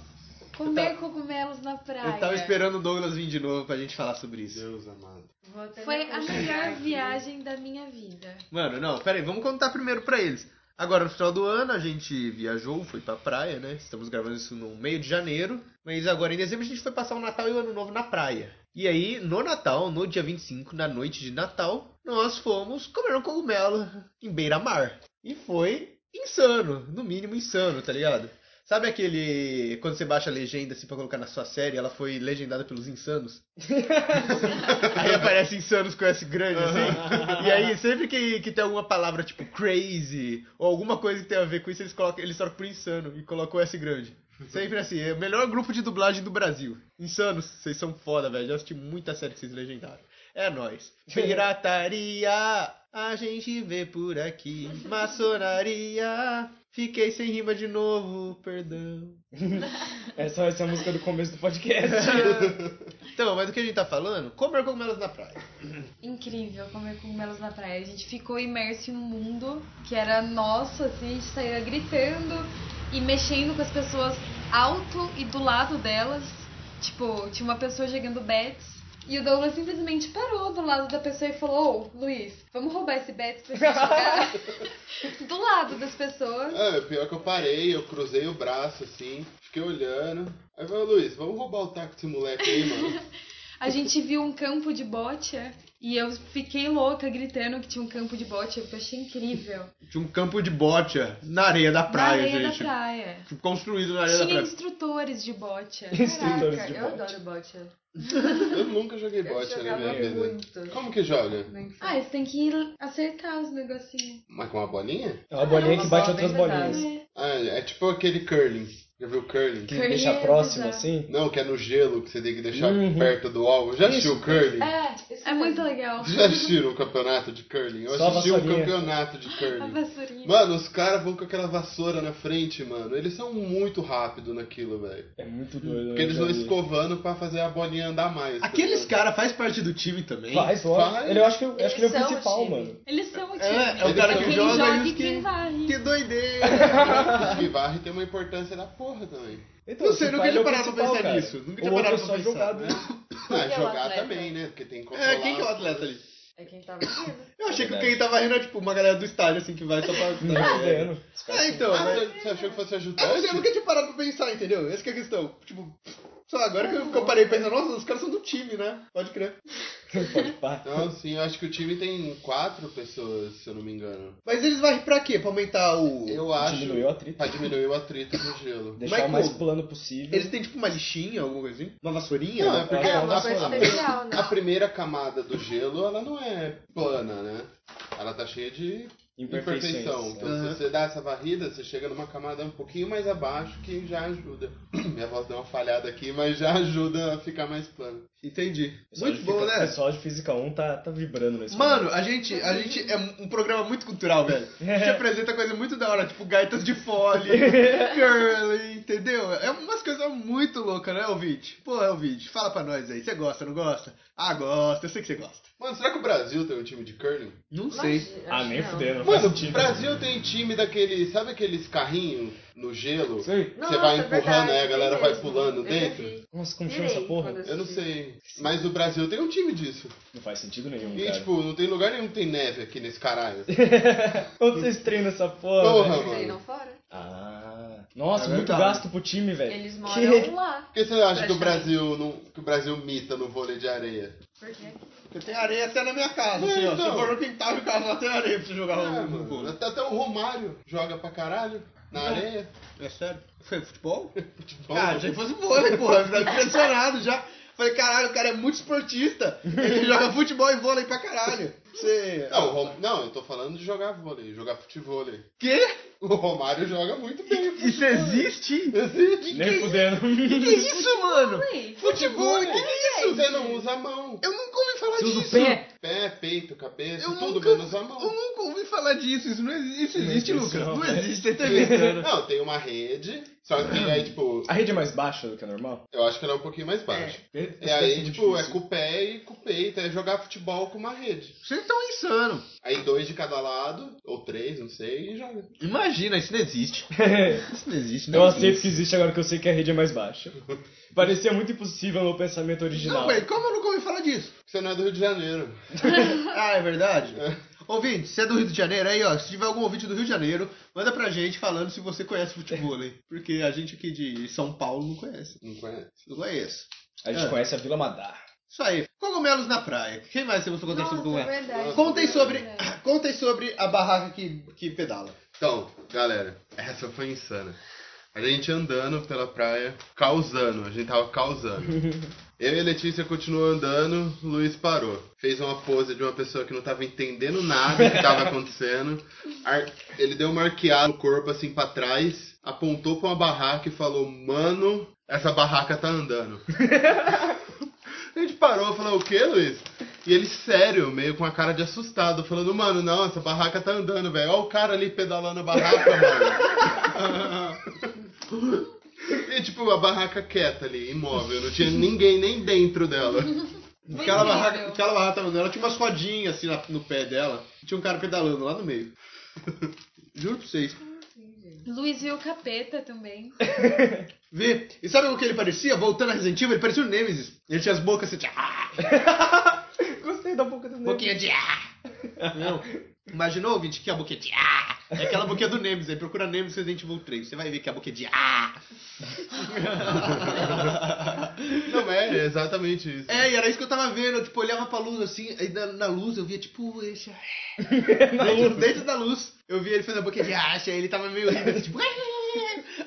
B: Comer cogumelos na praia.
A: Eu tava esperando o Douglas vir de novo pra gente falar sobre isso.
D: Deus amado.
E: Vou até
B: Foi
E: me
B: a
E: aconchegar
B: melhor
E: aqui.
B: viagem da minha vida.
A: Mano, não, pera aí, vamos contar primeiro pra eles. Agora, no final do ano, a gente viajou, foi pra praia, né? Estamos gravando isso no meio de janeiro. Mas agora, em dezembro, a gente foi passar o Natal e o Ano Novo na praia. E aí, no Natal, no dia 25, na noite de Natal, nós fomos comer um cogumelo em beira-mar. E foi insano, no mínimo insano, tá ligado? Sabe aquele. Quando você baixa a legenda assim pra colocar na sua série, ela foi legendada pelos insanos? aí aparece insanos com S grande assim. e aí sempre que, que tem alguma palavra tipo crazy ou alguma coisa que tem a ver com isso, eles, colocam, eles trocam por insano e colocam o S grande. Sempre assim, é o melhor grupo de dublagem do Brasil. Insanos, vocês são foda, velho. Já assisti muita série que vocês legendaram. É nóis. Pirataria, a gente vê por aqui. Maçonaria, fiquei sem rima de novo, perdão.
C: É Essa vai ser a música do começo do podcast.
A: Então, mas do que a gente tá falando? Comer cogumelos na praia.
B: Incrível comer cogumelos na praia. A gente ficou imerso em um mundo que era nosso, assim, a gente saía gritando e mexendo com as pessoas alto e do lado delas. Tipo, tinha uma pessoa jogando bets. E o Douglas simplesmente parou do lado da pessoa e falou: Ô, Luiz, vamos roubar esse bet pra gente jogar do lado das pessoas.
D: Ah, pior que eu parei, eu cruzei o braço assim, fiquei olhando. Aí eu falei, Luiz, vamos roubar o taco desse moleque aí, mano.
B: A gente viu um campo de bocha e eu fiquei louca gritando que tinha um campo de bocha, porque eu achei incrível.
A: Tinha um campo de bocha na areia da praia,
B: na areia
A: gente. Tipo,
B: da praia.
A: Construído na areia da
B: Tinha
A: praia.
B: instrutores de bocha.
C: Instrutores
E: Caraca,
C: de
E: eu
C: bote.
E: adoro bote.
D: Eu nunca joguei
E: Eu
D: bote na minha
E: jogava
D: vida.
E: muito.
D: Como que joga?
E: na infância.
B: Ah, você tem que ir acertar os negocinhos.
D: Mas com uma bolinha?
C: É uma bolinha
E: Uma
C: que bate
E: bola
C: outras
E: bem pesada.
C: bolinhas.
D: Ah, é tipo aquele curling. Já viu curling?
C: Que
B: Curly
C: deixa
B: é
C: próximo
B: bizarro.
C: assim.
D: Não, que é no gelo que você tem que deixar
C: Uhum.
D: perto do alvo. Já assistiu o curling?
E: É, isso
B: É muito legal.
D: Vocês já assistiram o campeonato de curling? Eu
C: Só a
D: assisti o
C: vassourinha.
D: campeonato de
B: A
D: curling.
B: vassourinha.
D: Mano, os caras vão com aquela vassoura na frente, mano. Eles são muito rápidos naquilo, velho.
C: É muito doido. né,
D: Porque eles vão
C: velho?
D: escovando pra fazer a bolinha andar mais. tá
A: Aqueles
D: ligado?
A: caras fazem parte do time também.
C: Faz, lógico.
D: Faz.
C: Ele, eu acho que, eu acho que ele é
E: Eles
C: o
E: são
C: principal,
E: o time.
C: mano.
B: Eles são o time.
A: É, é o
D: Eles
A: cara
D: são
A: que
B: Quem
A: joga,
B: joga
A: e
B: e
A: os que...
B: quem varre.
A: Que doideira!
D: Os que varre tem uma importância da porra também.
C: Então,
A: Não sei,
C: esse
A: nunca
C: cara é
A: tinha
C: o
A: parado pra
C: principal,
A: pensar
C: cara.
A: nisso. Nunca
C: O
A: tinha
C: outro
A: parado pra
C: é só
A: pensar.
C: jogado.
D: Ah,
E: é o
D: jogar
E: atleta?
D: também, né? Porque tem que controlar.
A: É, quem que é o atleta ali?
E: É quem tá vendo.
A: Eu achei que o
C: Verdade.
A: quem tava rindo era tipo uma galera do estádio, assim, que vai só pra...
C: Não tá vendo.
A: É, então,
D: Ah,
A: mas...
D: você achou que fosse
A: É, mas
D: ajudante?
A: eu nunca tinha parado pra pensar, entendeu? Essa que é a questão. Tipo, só agora que eu, que eu parei pensando, nossa, os caras são do time, né? Pode crer.
C: Pode pá.
D: Não, Então, sim, eu acho que o time tem quatro pessoas, se eu não me engano.
A: Mas eles varrem pra quê? Pra aumentar o...
D: Eu acho.
C: Diminuiu o atrito.
D: Pra diminuir o atrito do gelo.
C: Deixar
A: Michael,
C: o mais plano possível.
A: Eles têm tipo uma lixinha, alguma coisa assim? Uma vassourinha?
D: Não, é porque
C: É,
D: a,
C: uma
D: a-
E: coisa
D: a-
E: especial, né?
D: a primeira camada do gelo, ela não é plana, né? Ela tá cheia de
C: Imperfeições.
D: imperfeição. Então,
A: Aham.
D: se você dá essa varrida, você chega numa camada um pouquinho mais abaixo que já ajuda. Minha voz deu uma falhada aqui, mas já ajuda a ficar mais plana.
A: Entendi.
C: O pessoal
A: Muito
C: de
A: bom,
C: física- O
A: né?
C: pessoal de Física 1 tá, tá vibrando nesse
A: Mano, a gente, a gente é um programa muito cultural, velho. A gente apresenta coisa muito da hora, tipo gaitas de fole, curling, entendeu? É umas coisas muito loucas, né, Elvite? Pô, Elvite, fala pra nós aí. Você gosta, não gosta? Ah, gosta. Eu sei que você gosta.
D: Mano, será que o Brasil tem um time de curling?
A: Não sei.
E: Imagina,
C: Ah,
E: acho
C: nem
E: que não.
C: fudendo. faz
D: Mano, o
C: sentido.
D: Brasil tem time daquele. Sabe aqueles carrinhos no gelo? Você
C: Sei.
E: Nossa,
D: vai
E: é
D: empurrando,
E: verdade,
D: aí a galera
E: tem
D: vai
E: mesmo.
D: pulando
E: Eu já
D: dentro?
E: vi.
C: Nossa, como chama essa
E: Pirei
C: porra?
E: quando
D: Eu não sei. Mas o Brasil tem um time disso.
C: Não faz sentido nenhum,
D: E,
C: cara.
D: tipo, não tem lugar nenhum que tem neve aqui nesse caralho.
C: Quando vocês treinam essa porra,
D: Porra,
C: velho?
E: Eles
D: mano.
E: treinam fora.
C: Ah. Nossa,
A: É
C: muito
A: verdade.
C: gasto pro time, velho.
E: Eles
C: Que-
E: moram lá.
D: Por que você acha que o
E: Praticamente.
D: Brasil não, que o Brasil mita no vôlei de areia?
E: Porque
A: Porque tem areia até na minha casa,
D: É,
A: assim, ó.
D: então.
A: Se eu for no quintal de casa, lá tem areia pra você jogar
D: Ah,
A: um
D: mano,
A: gol.
D: até, até o Romário joga pra caralho na areia.
A: É sério? Foi futebol?
D: Futebol.
A: Ah, achei que fosse vôlei, porra. Eu Fiquei impressionado já. Falei, caralho, o cara é muito esportista. Ele joga futebol e vôlei pra caralho. Você...
D: Não, o Rom- não, eu tô falando de jogar vôlei, jogar futevôlei.
A: Quê?
D: O Romário joga muito bem. Assim,
A: Isso existe?
D: Existe.
C: Nem fudendo.
A: Que é isso, mano? Futebol, que é?
D: que isso? Você não usa a mão.
A: Eu nunca ouvi falar
C: Tudo
A: disso.
C: pé.
D: Pé, peito, cabeça,
A: Eu
D: tudo
A: nunca-
D: menos a mão.
A: Eu nunca ouvi falar disso. Isso não existe, isso
C: Não
A: existe
C: existe,
A: Lucas.
C: não,
A: Não
C: velho.
A: existe, você tá inventando.
D: Não, tem uma rede, só que aí, tipo,
C: A rede é mais baixa do que a normal?
D: eu acho que ela é um pouquinho mais baixa. E
C: É,
D: aí, tipo, é com o pé e com o peito, é jogar futebol com uma rede.
A: Vocês estão insano.
D: Aí dois de cada lado, ou três, não sei, e joga.
A: Imagina, isso não existe. Isso não existe.
C: Eu aceito que existe agora que eu sei que a rede é mais baixa. Parecia muito impossível no pensamento original.
A: Não, é mas como eu nunca ouvi falar disso?
D: Você não é do Rio de Janeiro.
A: Ah, é verdade? Ouvinte, se é do Rio de Janeiro, aí ó, se tiver algum ouvinte do Rio de Janeiro, manda pra gente falando se você conhece futebol, hein? Porque a gente aqui de São Paulo não conhece.
D: Não conhece.
A: Não conheço.
C: A gente
A: É.
C: conhece a Vila Madar.
A: Isso aí. Cogumelos na praia. Quem mais você contar sobre
E: Nossa, é
A: cogumelos?
E: verdade.
A: Contem sobre,
E: É.
A: contem sobre a barraca que, que pedala.
D: Então, galera, essa foi insana. A gente andando pela praia, causando, a gente tava causando. Eu e a Letícia continuou andando, o Luiz parou. Fez uma pose de uma pessoa que não tava entendendo nada do que tava acontecendo. Ar- Ele deu uma arqueada no corpo assim pra trás, apontou pra uma barraca e falou: Mano, essa barraca tá andando. a gente parou, falou: O que, Luiz? E ele sério, meio com a cara de assustado, falando: Mano, não, essa barraca tá andando, velho. Olha o cara ali pedalando a barraca, mano. E tipo, a barraca quieta ali, imóvel, não tinha ninguém nem dentro dela.
B: Foi
A: Aquela
B: incrível.
A: barraca, aquela barraca tava andando, ela tinha umas rodinhas assim na- no pé dela. Tinha um cara pedalando lá no meio. Juro pra vocês.
B: Luiz viu o capeta também.
A: Vê. E sabe o que ele parecia? Voltando a Resident Evil, ele parecia o Nemesis. Ele tinha as bocas assim. Ah,
C: Gostei da boca do
A: boquinha de. Ah. Não. Imaginou, ouvinte, que é a boquinha de. Ah. É aquela boquinha do Nemesis. Aí procura Nemesis Resident Evil 3. Você vai ver que é a boquinha de. Ah.
D: Não é, é exatamente isso.
A: É, e era isso que eu tava vendo. Eu, tipo, olhava pra luz assim, aí na, na luz eu via, tipo, esse. dentro, dentro da luz, eu via ele fazendo a boquinha de acha, aí ele tava meio rindo, assim, tipo.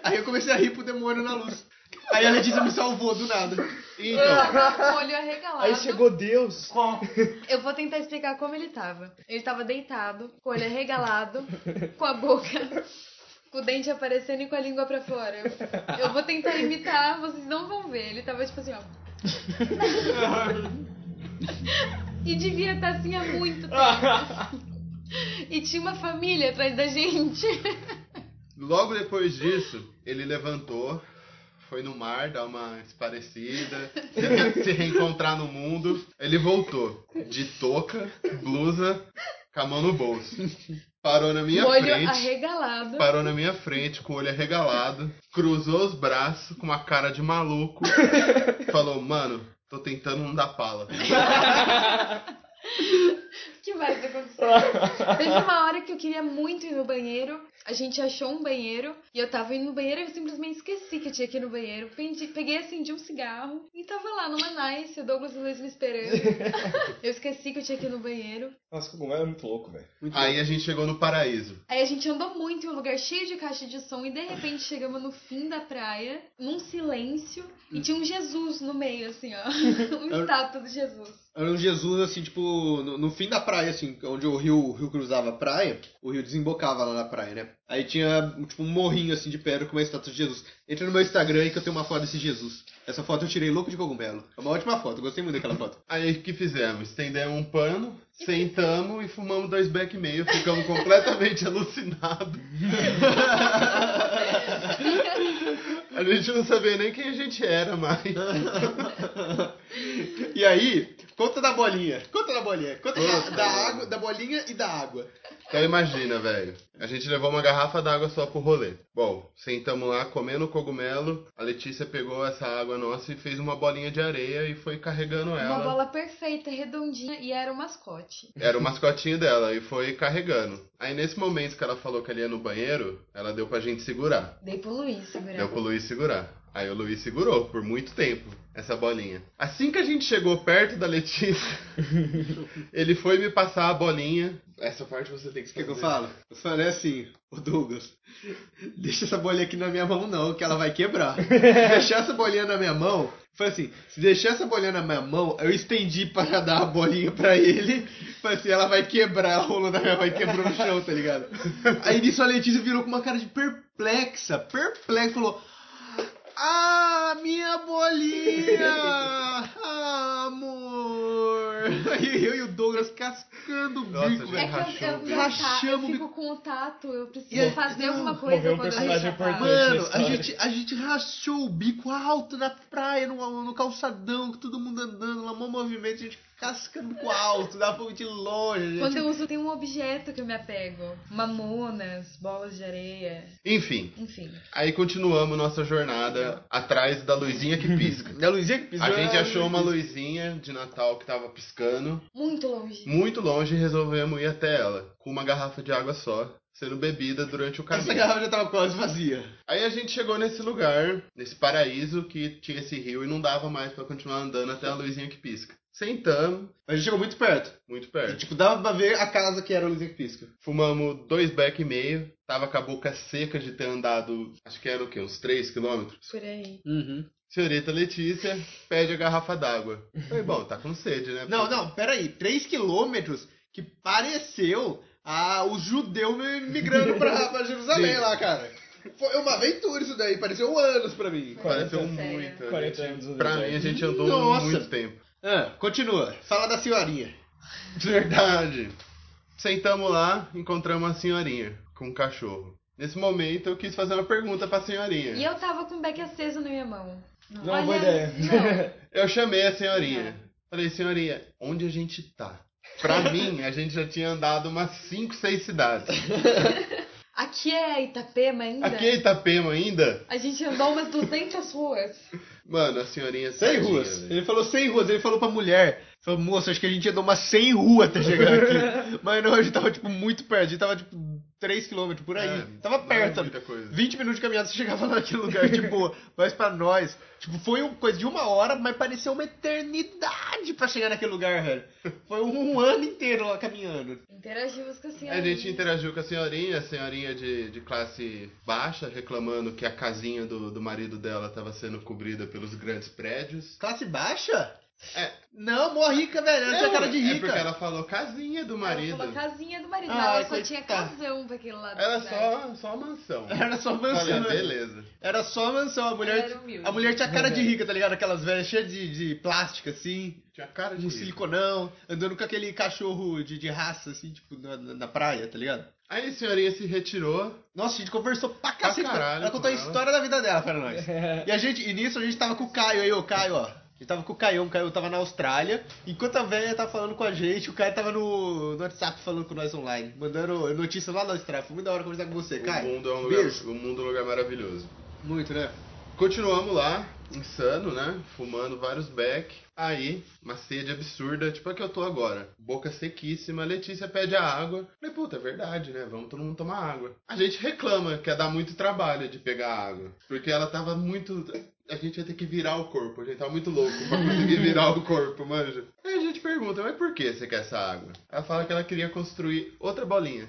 A: Aí eu comecei a rir pro demônio na luz. Aí a Letícia me salvou do nada.
D: E, Então,
B: Com o olho arregalado.
C: Aí chegou Deus.
B: Eu vou tentar explicar como ele tava. Ele tava deitado, com o olho arregalado, com a boca, com o dente aparecendo e com a língua pra fora. Eu- Eu vou tentar imitar, vocês não vão ver. Ele tava tipo assim, ó. E devia estar assim há muito
C: Ah.
B: tempo. e tinha uma família atrás da gente.
D: Logo depois disso, ele levantou, foi no mar dar uma esparecida, se reencontrar no mundo. Ele voltou de touca, blusa, com a mão no bolso. Parou na minha
B: o olho
D: frente.
B: arregalado.
D: Parou na minha frente com o olho arregalado, cruzou os braços com uma cara de maluco, falou: Mano, tô tentando não dar pala.
B: O que mais aconteceu? Teve uma hora que eu queria muito ir no banheiro. A gente achou um banheiro e eu tava indo no banheiro e eu simplesmente esqueci que eu tinha que ir no banheiro. Pendi- Peguei, acendi um cigarro e tava lá numa nice, o Douglas e o Luiz me esperando. eu esqueci que eu tinha que ir no banheiro.
C: Nossa, cogumelo é muito louco, velho.
D: Aí a gente chegou no paraíso.
B: Aí a gente andou muito em um lugar cheio de caixa de som e de repente chegamos no fim da praia, num silêncio, e tinha um Jesus no meio, assim, ó. Uma estátua do Jesus.
A: Era um Jesus, assim, tipo, no, no fim da praia, assim, onde o rio, o rio cruzava a praia, o rio desembocava lá na praia, né? Aí tinha, tipo, um morrinho, assim, de pedra com uma estátua de Jesus. Entra no meu Instagram aí que eu tenho uma foto desse Jesus. Essa foto eu tirei louco de cogumelo. É uma ótima foto, eu gostei muito daquela foto.
D: Aí o que fizemos? Estendemos um pano, sentamos e fumamos dois beck e meio, ficamos completamente alucinados. a gente não sabia nem quem a gente era mais.
A: E aí, conta da bolinha, conta da bolinha, conta da, da água, da bolinha e da água.
D: Então imagina, velho. A gente levou uma garrafa d'água só pro rolê. Bom, sentamos lá comendo cogumelo. A Letícia pegou essa água nossa e fez uma bolinha de areia e foi carregando ela.
B: Uma bola perfeita, redondinha, e era o mascote.
D: Era o mascotinho dela e foi carregando. Aí nesse momento que ela falou que ela ia no banheiro, ela deu pra gente segurar.
B: Dei pro Luiz segurar.
D: Deu pro Luiz segurar. Aí o Luiz segurou por muito tempo essa bolinha. Assim que a gente chegou perto da Letícia, ele foi me passar a bolinha. Essa parte você tem que
A: O que, que eu falo? Eu falei assim, ô Douglas, deixa essa bolinha aqui na minha mão não, que ela vai quebrar. Se deixar essa bolinha na minha mão, foi assim, se deixar essa bolinha na minha mão, eu estendi para dar a bolinha pra ele, falei assim, ela vai quebrar, ela rolou na minha mão e quebrou no chão, tá ligado? Aí nisso a Letícia virou com uma cara de perplexa, perplexa, falou, ah, minha bolinha, ah, amor. Aí eu e o Douglas cascando o
D: Nossa,
A: bico,
D: gente.
A: velho.
B: É que eu, eu, meu ta- eu
A: Rachamos o
B: fico com o tato, eu preciso
A: E aí-
B: fazer
A: não,
B: alguma coisa
C: morreu um
B: quando eu
C: personagem
B: deixar pra-
C: importante.
A: Mano, a
C: história.
A: gente, a gente rachou o bico alto na praia, no, no calçadão, com todo mundo andando, lá, mó movimento, a gente cascando o bico alto, dá fogo de longe. a
B: Quando
A: Gente.
B: eu uso, tem um objeto que eu me apego. Mamonas, bolas de areia,
D: Enfim,
B: enfim.
D: aí continuamos nossa jornada atrás da luzinha que pisca.
A: Da Luizinha que pisou.
D: A gente
A: é-
D: achou uma luzinha de Natal que tava piscando
B: Muito longe.
D: muito longe e resolvemos ir até ela com uma garrafa de água só, sendo bebida durante o
A: Essa
D: caminho.
A: garrafa já tava quase vazia.
D: Aí a gente chegou nesse lugar, nesse paraíso que tinha esse rio e não dava mais pra continuar andando até a luzinha que pisca. Sentamos,
A: Mas a gente chegou muito perto.
D: muito
A: E,
D: perto.
A: tipo, dava pra ver a casa que era a Luizinha que pisca.
D: Fumamos dois beck e meio, tava com a boca seca de ter andado, acho que era o quê? Uns 3 quilômetros?
B: Por aí.
A: Uhum.
D: Senhorita Letícia pede a garrafa d'água. Falei, bom, tá com sede, né?
A: Não, não, peraí. 3 quilômetros que pareceu a, os judeus me- migrando pra, pra Jerusalém
D: Sim.
A: lá, cara. Foi uma aventura isso daí, pareceu anos pra mim.
C: um
D: Pareceu
B: 40,
D: muito. a
C: 40
D: gente-
C: anos
D: pra mim, a gente andou
A: Nossa.
D: muito tempo.
A: Ah, continua. Fala da senhorinha.
D: Verdade. Sentamos lá, encontramos a senhorinha com um cachorro. Nesse momento, eu quis fazer uma pergunta pra senhorinha.
B: E eu tava com o beck aceso na minha mão.
C: Não é uma boa
B: Olha,
C: ideia.
B: não.
D: Eu chamei a senhorinha. Falei, senhorinha, onde a gente tá? Pra mim, a gente já tinha andado umas 5, 6 cidades.
B: Aqui é Itapema ainda.
D: Aqui é Itapema ainda?
B: A gente andou umas 200 ruas.
D: Mano, a senhorinha.
A: Sem
D: tadinha,
A: ruas.
D: velho.
A: Ele falou 100 ruas, ele falou pra mulher. Falou, moça, acho que a gente ia dar umas 100 ruas até chegar aqui. Mas não, a gente tava, tipo, muito perto. A gente tava, tipo, 3km por aí.
D: É,
A: tava
D: não é
A: perto, sabe?
D: muita coisa.
A: 20 minutos de caminhada, você chegava lá naquele lugar de boa. Mas pra nós, tipo, foi uma coisa de uma hora, mas pareceu uma eternidade pra chegar naquele lugar, velho. Foi um, um ano inteiro lá caminhando.
B: Interagimos com a senhora.
D: A gente interagiu com a senhorinha, a senhorinha de, de classe baixa, reclamando que a casinha do, do marido dela estava sendo cobrida pelos grandes prédios.
A: Classe baixa?
D: É,
A: Não, mó rica, velho. Ela tinha cara de
D: É
A: rica.
D: porque ela falou casinha do marido.
B: Ela falou casinha do marido,
A: Ai,
B: ela só
A: coitada.
B: tinha casão pra aquele lado.
D: Era
B: da cidade.
D: é só, só mansão.
A: Era só
D: Falei,
A: mansão. né? velho.
D: beleza.
A: Era só mansão. A mulher,
B: Ela era humilde.
A: a mulher tinha cara de rica, tá ligado? Aquelas velhas cheias de, de plástico, assim.
D: Tinha cara de
A: Um
D: rico.
A: siliconão. Andando com aquele cachorro de, de raça, assim, tipo, na, na na praia, tá ligado?
D: Aí a senhorinha se retirou.
A: Nossa, a gente conversou pra cacete.
D: Pra caralho
A: ela
D: com
A: contou a
D: ela.
A: história da vida dela pra nós. E a gente, e nisso a gente tava com o Caio aí, ô Caio, ó. A gente tava com o Caio, o Caio tava na Austrália. Enquanto a velha tava falando com a gente, o Caio tava no, no WhatsApp falando com nós online, mandando notícia lá na Austrália. Foi muito da hora conversar com você,
D: O
A: Caio.
D: mundo, é um lugar,
A: Beijo.
D: o mundo é um lugar maravilhoso.
A: Muito, né?
D: Continuamos lá, insano, né? Fumando vários beck. Aí, uma sede absurda, tipo a que eu tô agora. Boca sequíssima, Letícia pede a água. Falei, puta, é verdade, né? Vamos todo mundo tomar água. A gente reclama que ia dar muito trabalho de pegar água. Porque ela tava muito. A gente ia ter que virar o corpo, a gente tava muito louco pra conseguir virar o corpo, manja. Aí a gente pergunta, mas por que você quer essa água? Ela fala que ela queria construir outra bolinha.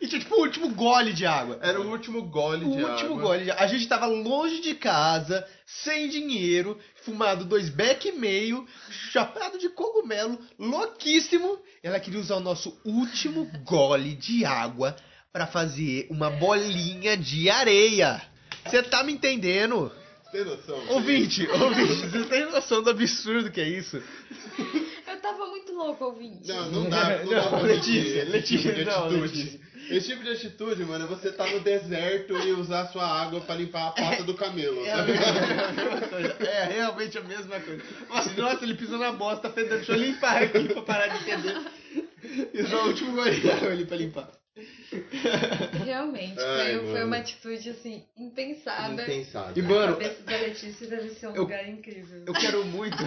A: e tinha tipo o último gole de água.
D: Era o último gole
A: O
D: de água.
A: último gole. de- A gente tava longe de casa, sem dinheiro, fumado dois beck e meio, chapado de cogumelo, louquíssimo. Ela queria usar o nosso último gole de água pra fazer uma bolinha de areia. Você tá me entendendo?
D: Tem noção?
A: Ouvinte, ouvinte, você tem noção do absurdo que é isso?
B: Eu tava muito louco ouvinte.
D: Não, não dá. Não, dá pra
A: Letícia,
D: admitir esse tipo
A: Letícia,
D: de
A: não,
D: atitude.
A: Letícia.
D: Esse tipo de atitude, mano, é você tá no deserto e usar sua água pra limpar a pata do camelo. né?
A: É a
D: sabe?
A: mesma coisa. É realmente a mesma coisa. Nossa, nossa, ele pisou na bosta, tá fedendo. Deixa eu limpar aqui pra parar de feder. E usar o último gole de água ali pra limpar.
B: Realmente,
D: Ai,
B: foi, foi
D: mano.
B: uma atitude assim, impensada.
D: Impensado.
A: E,
B: A
A: mano,
B: cabeça da Letícia deve ser um
A: Eu-
B: lugar incrível.
A: eu quero muito.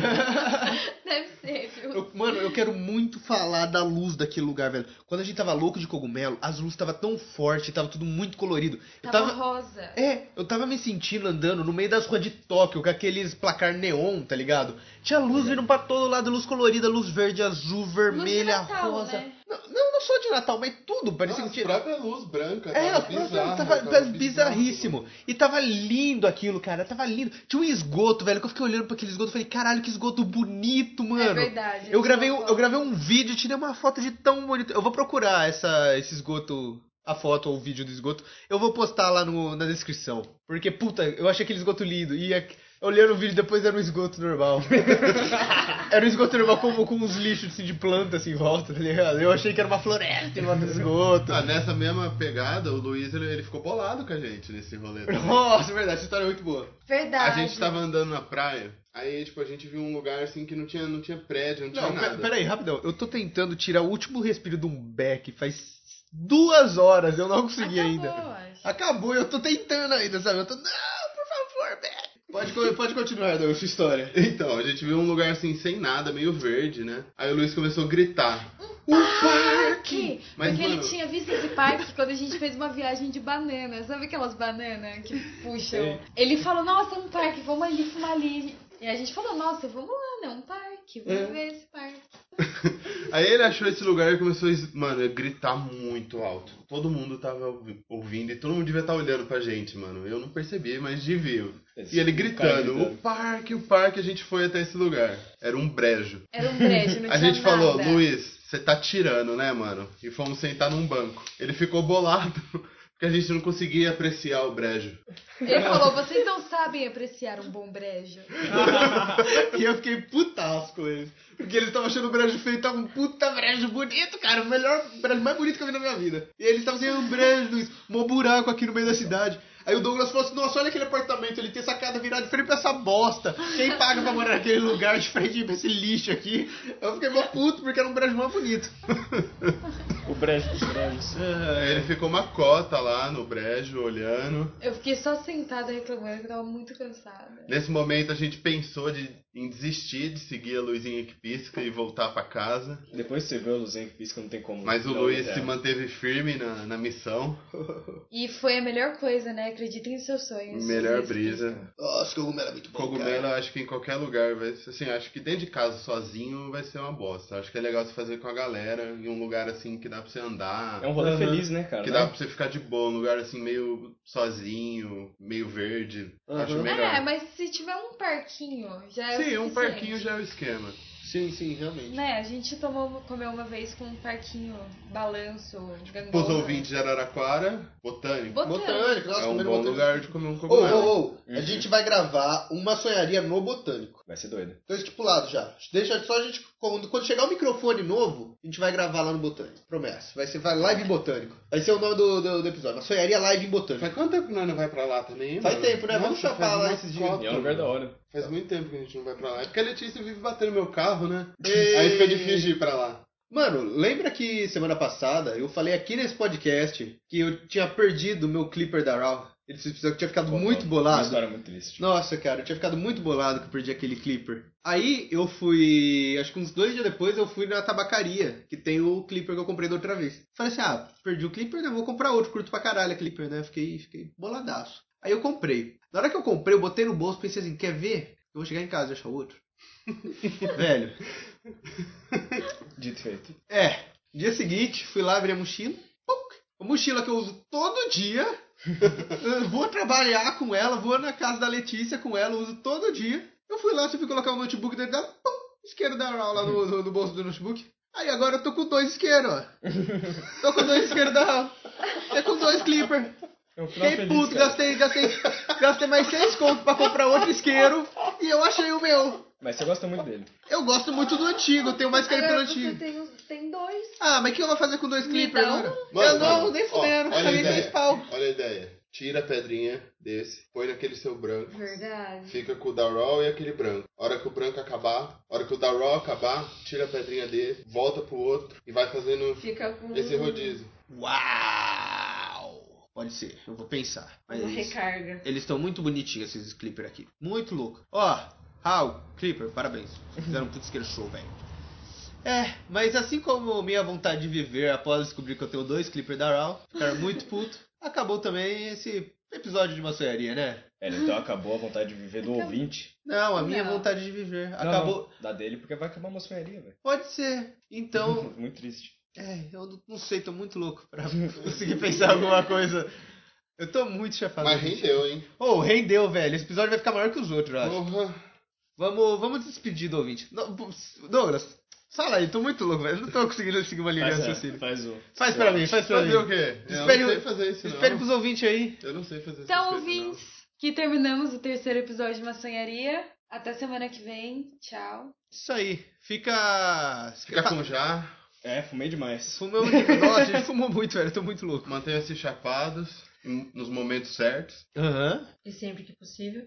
B: Deve ser, viu?
A: Eu- mano, eu quero muito falar da luz daquele lugar, velho. Quando a gente tava louco de cogumelo, as luzes tava tão forte, tava tudo muito colorido. Eu
B: Tava
A: tava.
B: rosa.
A: É, eu tava me sentindo andando no meio das ruas de Tóquio com aqueles placar neon, tá ligado? Tinha luz vindo pra todo lado, luz colorida, luz verde, azul,
B: Luz de
A: vermelha,
B: Natal,
A: rosa.
B: né?
A: Não, não, não só de Natal, mas tudo
D: Nossa,
A: parecia que
D: a
A: tinha.
D: própria luz branca.
A: É,
D: tava
A: as próprias- tava,
D: bizarra, tava
A: tava
D: bizarro.
A: bizarríssimo. E tava lindo aquilo, cara. Tava lindo. Tinha um esgoto, velho, que eu fiquei olhando pra aquele esgoto e falei, caralho, que esgoto bonito,
B: É
A: mano.
B: verdade.
A: eu gravei,
B: o
A: um, eu gravei um vídeo, tirei uma foto de tão bonito. Eu vou procurar essa, esse esgoto, a foto ou o vídeo do esgoto. Eu vou postar lá no, na descrição. Porque, puta, eu achei aquele esgoto lindo. E a- olhando o vídeo depois era um esgoto normal. era um esgoto normal com, com uns lixos assim, de planta assim, em volta, tá ligado? Eu achei que era uma floresta em volta do esgoto.
D: Ah, nessa mesma pegada, o Luiz ele, ele ficou bolado com a gente nesse rolê. também.
A: Nossa, é verdade, essa história é muito boa.
D: A
B: Verdade.
D: gente tava andando na praia, aí tipo, a gente viu um lugar assim que não tinha, não tinha prédio, não tinha
A: Não,
D: nada.
A: pe- peraí, rapidão. Eu tô tentando tirar o último respiro de um beck faz duas horas, eu não consegui
B: Acabou,
A: ainda.
B: eu acho.
A: Acabou, eu tô tentando ainda, sabe? Eu tô. Não, por favor, beck. Pode, co- pode continuar, Edu, sua história.
D: Então, a gente viu um lugar assim sem nada, meio verde, né? Aí o Luiz começou a gritar.
B: Que?
D: Mas,
B: Porque
D: mano-
B: ele tinha visto esse parque quando a gente fez uma viagem de banana. Sabe aquelas bananas que puxam? Ele falou, nossa, é um parque, vamos ali fumar ali. E a gente falou, nossa, vamos lá, né? Um parque,
D: É.
B: vamos ver esse parque.
D: Aí ele achou esse lugar e começou a, es- mano, a gritar muito alto. Todo mundo tava ouvi- ouvindo e todo mundo devia estar olhando pra gente, mano. Eu não percebi, mas devia. E ele gritando,
C: tá
D: o parque, o parque, a gente foi até esse lugar. Era um brejo.
B: Era um brejo, não tinha
D: A gente
B: nada.
D: falou, Luiz, você tá tirando, né, mano? E fomos sentar num banco. Ele ficou bolado, porque a gente não conseguia apreciar o brejo.
B: Ele falou, vocês não sabem apreciar um bom brejo.
A: e eu fiquei putaço com eles. Porque eles estavam achando o brejo feio, tava um puta brejo bonito, cara. O melhor brejo mais bonito que eu vi na minha vida. E eles estavam assim, um brejo, Luiz, um buraco aqui no meio da cidade. Aí o Douglas falou assim, nossa, olha aquele apartamento, ele tem sacada virada de frente pra essa bosta. Quem paga pra morar naquele lugar de frente pra esse lixo aqui? Eu fiquei mó puto porque era um brejo mais bonito.
C: O brejo dos brejos.
D: Aí ele ficou uma cota lá no brejo, olhando.
B: Eu fiquei só sentada reclamando que eu tava muito cansada.
D: Nesse momento a gente pensou de, em desistir de seguir a luzinha que pisca e voltar pra casa.
C: Depois você vê o Luzinho que pisca, não tem como.
D: Mas o
C: não é.
D: Luiz
A: é.
C: olhar.
D: se manteve firme na, na missão.
B: E foi a melhor coisa, né? Acreditem nos seus sonhos.
D: Melhor
B: Vocês-
D: brisa.
A: Nossa, cogumelo é muito
D: Cogumelo, eu acho que em qualquer lugar, vai ser- assim, acho que dentro de casa sozinho vai ser uma bosta. Acho que é legal você fazer com a galera, em um lugar assim que dá pra você andar.
C: É um rolê
A: Aham.
C: feliz, né, cara?
D: Que
C: né?
D: dá pra você ficar de boa, um lugar assim meio sozinho, meio verde. Acho
A: Aham.
D: melhor.
B: É, mas se tiver um parquinho, já é o
D: Sim, um
B: suficiente.
D: parquinho já é o esquema.
A: Sim, sim, realmente.
B: Né, a gente tomou, comeu uma vez com um parquinho, balanço, gangorra.
H: Os ouvintes de Araraquara, botânico.
B: Botânico.
A: Botânico, nossa,
H: é um
A: comendo
H: bom
A: botânico.
H: lugar de comer um
A: Ô,
H: cogumelo.
A: ô, ô, a gente vai gravar uma sonharia no Botânico.
C: é? Vai ser doido.
A: Tô estipulado já. Deixa só a gente. Quando, quando chegar o microfone novo, a gente vai gravar lá no Botânico. Promessa. Vai ser vai, live em Botânico. Vai ser o nome do, do, do episódio. Uma sonharia live em Botânico.
H: Faz quanto tempo que nós não vai pra lá também?
A: Faz
H: mano?
A: tempo, né? Vamos
H: Nossa,
A: chapar
H: faz
A: lá
H: uma
A: esses dias.
H: cota,
C: E é um lugar da hora.
H: Faz muito tempo que a gente não vai pra lá. É porque a Letícia vive batendo meu carro, né? Aí fica difícil de ir pra lá.
A: Mano, lembra que semana passada eu falei aqui nesse podcast que eu tinha perdido o meu clipper da Raw? Ele se- eu tinha ficado muito
C: Uma
A: bolado.
C: história muito triste.
A: Nossa, cara, eu tinha ficado muito bolado que eu perdi aquele clipper. Aí eu fui, acho que uns dois dias depois, eu fui na tabacaria, que tem o clipper que eu comprei da outra vez. Falei assim, ah, perdi o clipper, né? Vou comprar outro, curto pra caralho a clipper, né? Fiquei, fiquei boladaço. Aí eu comprei. Na hora que eu comprei, eu botei no bolso, pensei assim, quer ver? Eu vou chegar em casa e achar outro. Velho,
C: Dito e feito.
A: é. Dia seguinte, fui lá, abri a mochila. Puc! A mochila que eu uso todo dia. Eu vou trabalhar com ela, vou na casa da Letícia com ela, eu uso todo dia. Eu fui lá, tive que colocar o notebook dentro dela. Pum! Isqueiro da Raul lá no, no- no bolso do notebook. Aí agora eu tô com dois isqueiros, ó. Tô com dois isqueiros da Raul. Tô com dois clipper.
C: É um final
A: Fiquei
C: feliz,
A: puto,
C: cara.
A: gastei, gastei, gastei mais seis contos pra comprar outro isqueiro. E eu achei o meu.
C: Mas você gosta muito dele.
A: Eu gosto muito do antigo, eu tenho mais carinho pelo
B: Agora
A: antigo.
B: você tem, uns- tem dois.
A: Ah, mas o que eu vou fazer com dois
B: Me
A: clippers
B: dá um.
A: agora?
H: Mano,
A: eu não,
H: mano,
A: nem
H: ó,
A: fudendo.
H: olha a
A: Paguei
H: ideia.
A: dois pau.
H: Olha a ideia. Tira a pedrinha desse, põe naquele seu branco.
B: Verdade.
H: Fica com o Darol e aquele branco. A hora que o branco acabar, a hora que o Darol acabar, tira a pedrinha dele, volta pro outro e vai fazendo
E: Fica com
D: é
H: esse rodízio.
A: Uau! Pode ser, eu vou pensar. Mas
E: uma
A: eles-
E: recarga.
A: eles estão muito bonitinhos, esses clippers aqui. Muito louco. Ó, Raul, clipper, parabéns. Fizeram um putz que show, velho. É, mas assim como minha vontade de viver após descobrir que eu tenho dois clippers da Raul, ficar muito puto, acabou também esse episódio de maçonharia, né?
C: Pera, então acabou a vontade de viver do ouvinte.
A: Não, a minha
B: Não.
A: vontade de viver
C: Não,
A: acabou.
C: não, Da dele, porque vai acabar a maçonharia, velho.
A: Pode ser. Então,
C: Muito triste.
A: É, eu não- não sei, tô muito louco pra conseguir pensar alguma coisa. Eu tô muito chafado.
H: Mas rendeu, hein?
A: Oh, rendeu, velho. Esse episódio vai ficar maior que os outros, eu
H: Tá.
A: acho.
H: Porra.
A: Vamos, vamos despedir do ouvinte. No- Douglas, fala aí, tô muito louco, velho. Não tô conseguindo seguir uma linha de
C: Faz,
A: raciocínio.
C: a- faz o.
A: Faz pra mim, faz pra
H: Fazer o
A: mim.
H: quê?
A: Espere
H: eu
A: o-
H: não sei fazer isso, não.
A: Espero Tá que os ouvintes aí.
H: Eu não sei fazer isso.
B: Então, ouvintes, que terminamos o terceiro episódio de Maçonharia. Até semana que vem. Tchau.
A: Isso aí. Fica.
H: Fica
A: Fa-
H: com já,
C: É, fumei demais.
A: Fumamos. Nossa, a gente fumou muito, velho. Eu tô muito louco.
H: mantenha-se chapados em- nos momentos certos.
A: Aham.
E: E sempre que possível.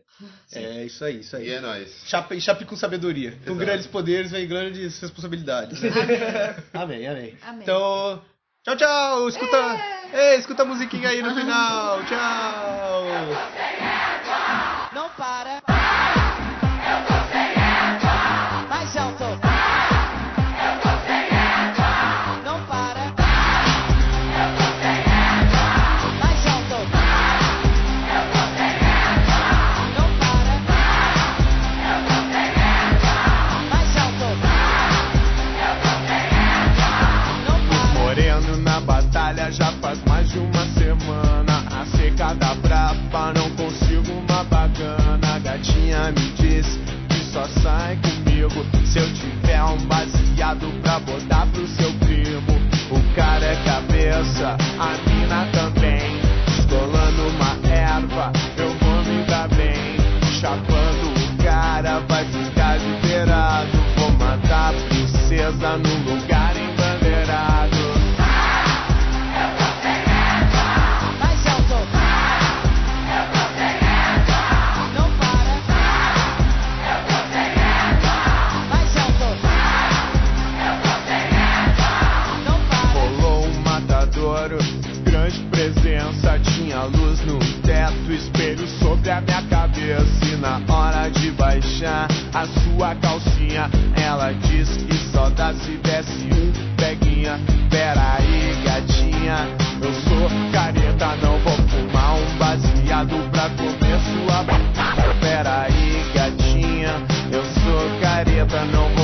A: É, isso aí, isso
H: E
A: aí.
H: é nóis.
A: Chape, e chape com sabedoria. Com
H: Exato.
A: grandes poderes vem grandes responsabilidades. né? amém, amém.
B: Amém.
A: Então, tchau, tchau. Escuta, Ei, escuta a musiquinha aí no final. Tchau.
G: Não para. Mais alto. Não para. Mais alto. Não para. Mais alto. Não para.
D: Moreno na batalha já faz mais de uma semana. A seca da brapa, não consigo uma bacana. Gatinha me diz que só sai comigo se eu tiver um baseado pra botar pro seu primo. O cara é cabeça, a mina também. Escolando uma erva, eu vou me dar bem. Chapando o cara, vai ficar liberado. Vou matar a princesa num lugar embandeirado.
G: Mais alto. Não para. Mais alto. Não para.
D: Rolou um matadouro, grande presença. Tinha luz no teto, espelho sobre a minha cabeça. E na hora de baixar a sua calcinha, ela diz que só dá se desce um peguinha. Peraí, gatinha, eu sou careta, não vou fumar um baseado pra comer sua. Peraí, gatinha, eu sou careta, não vou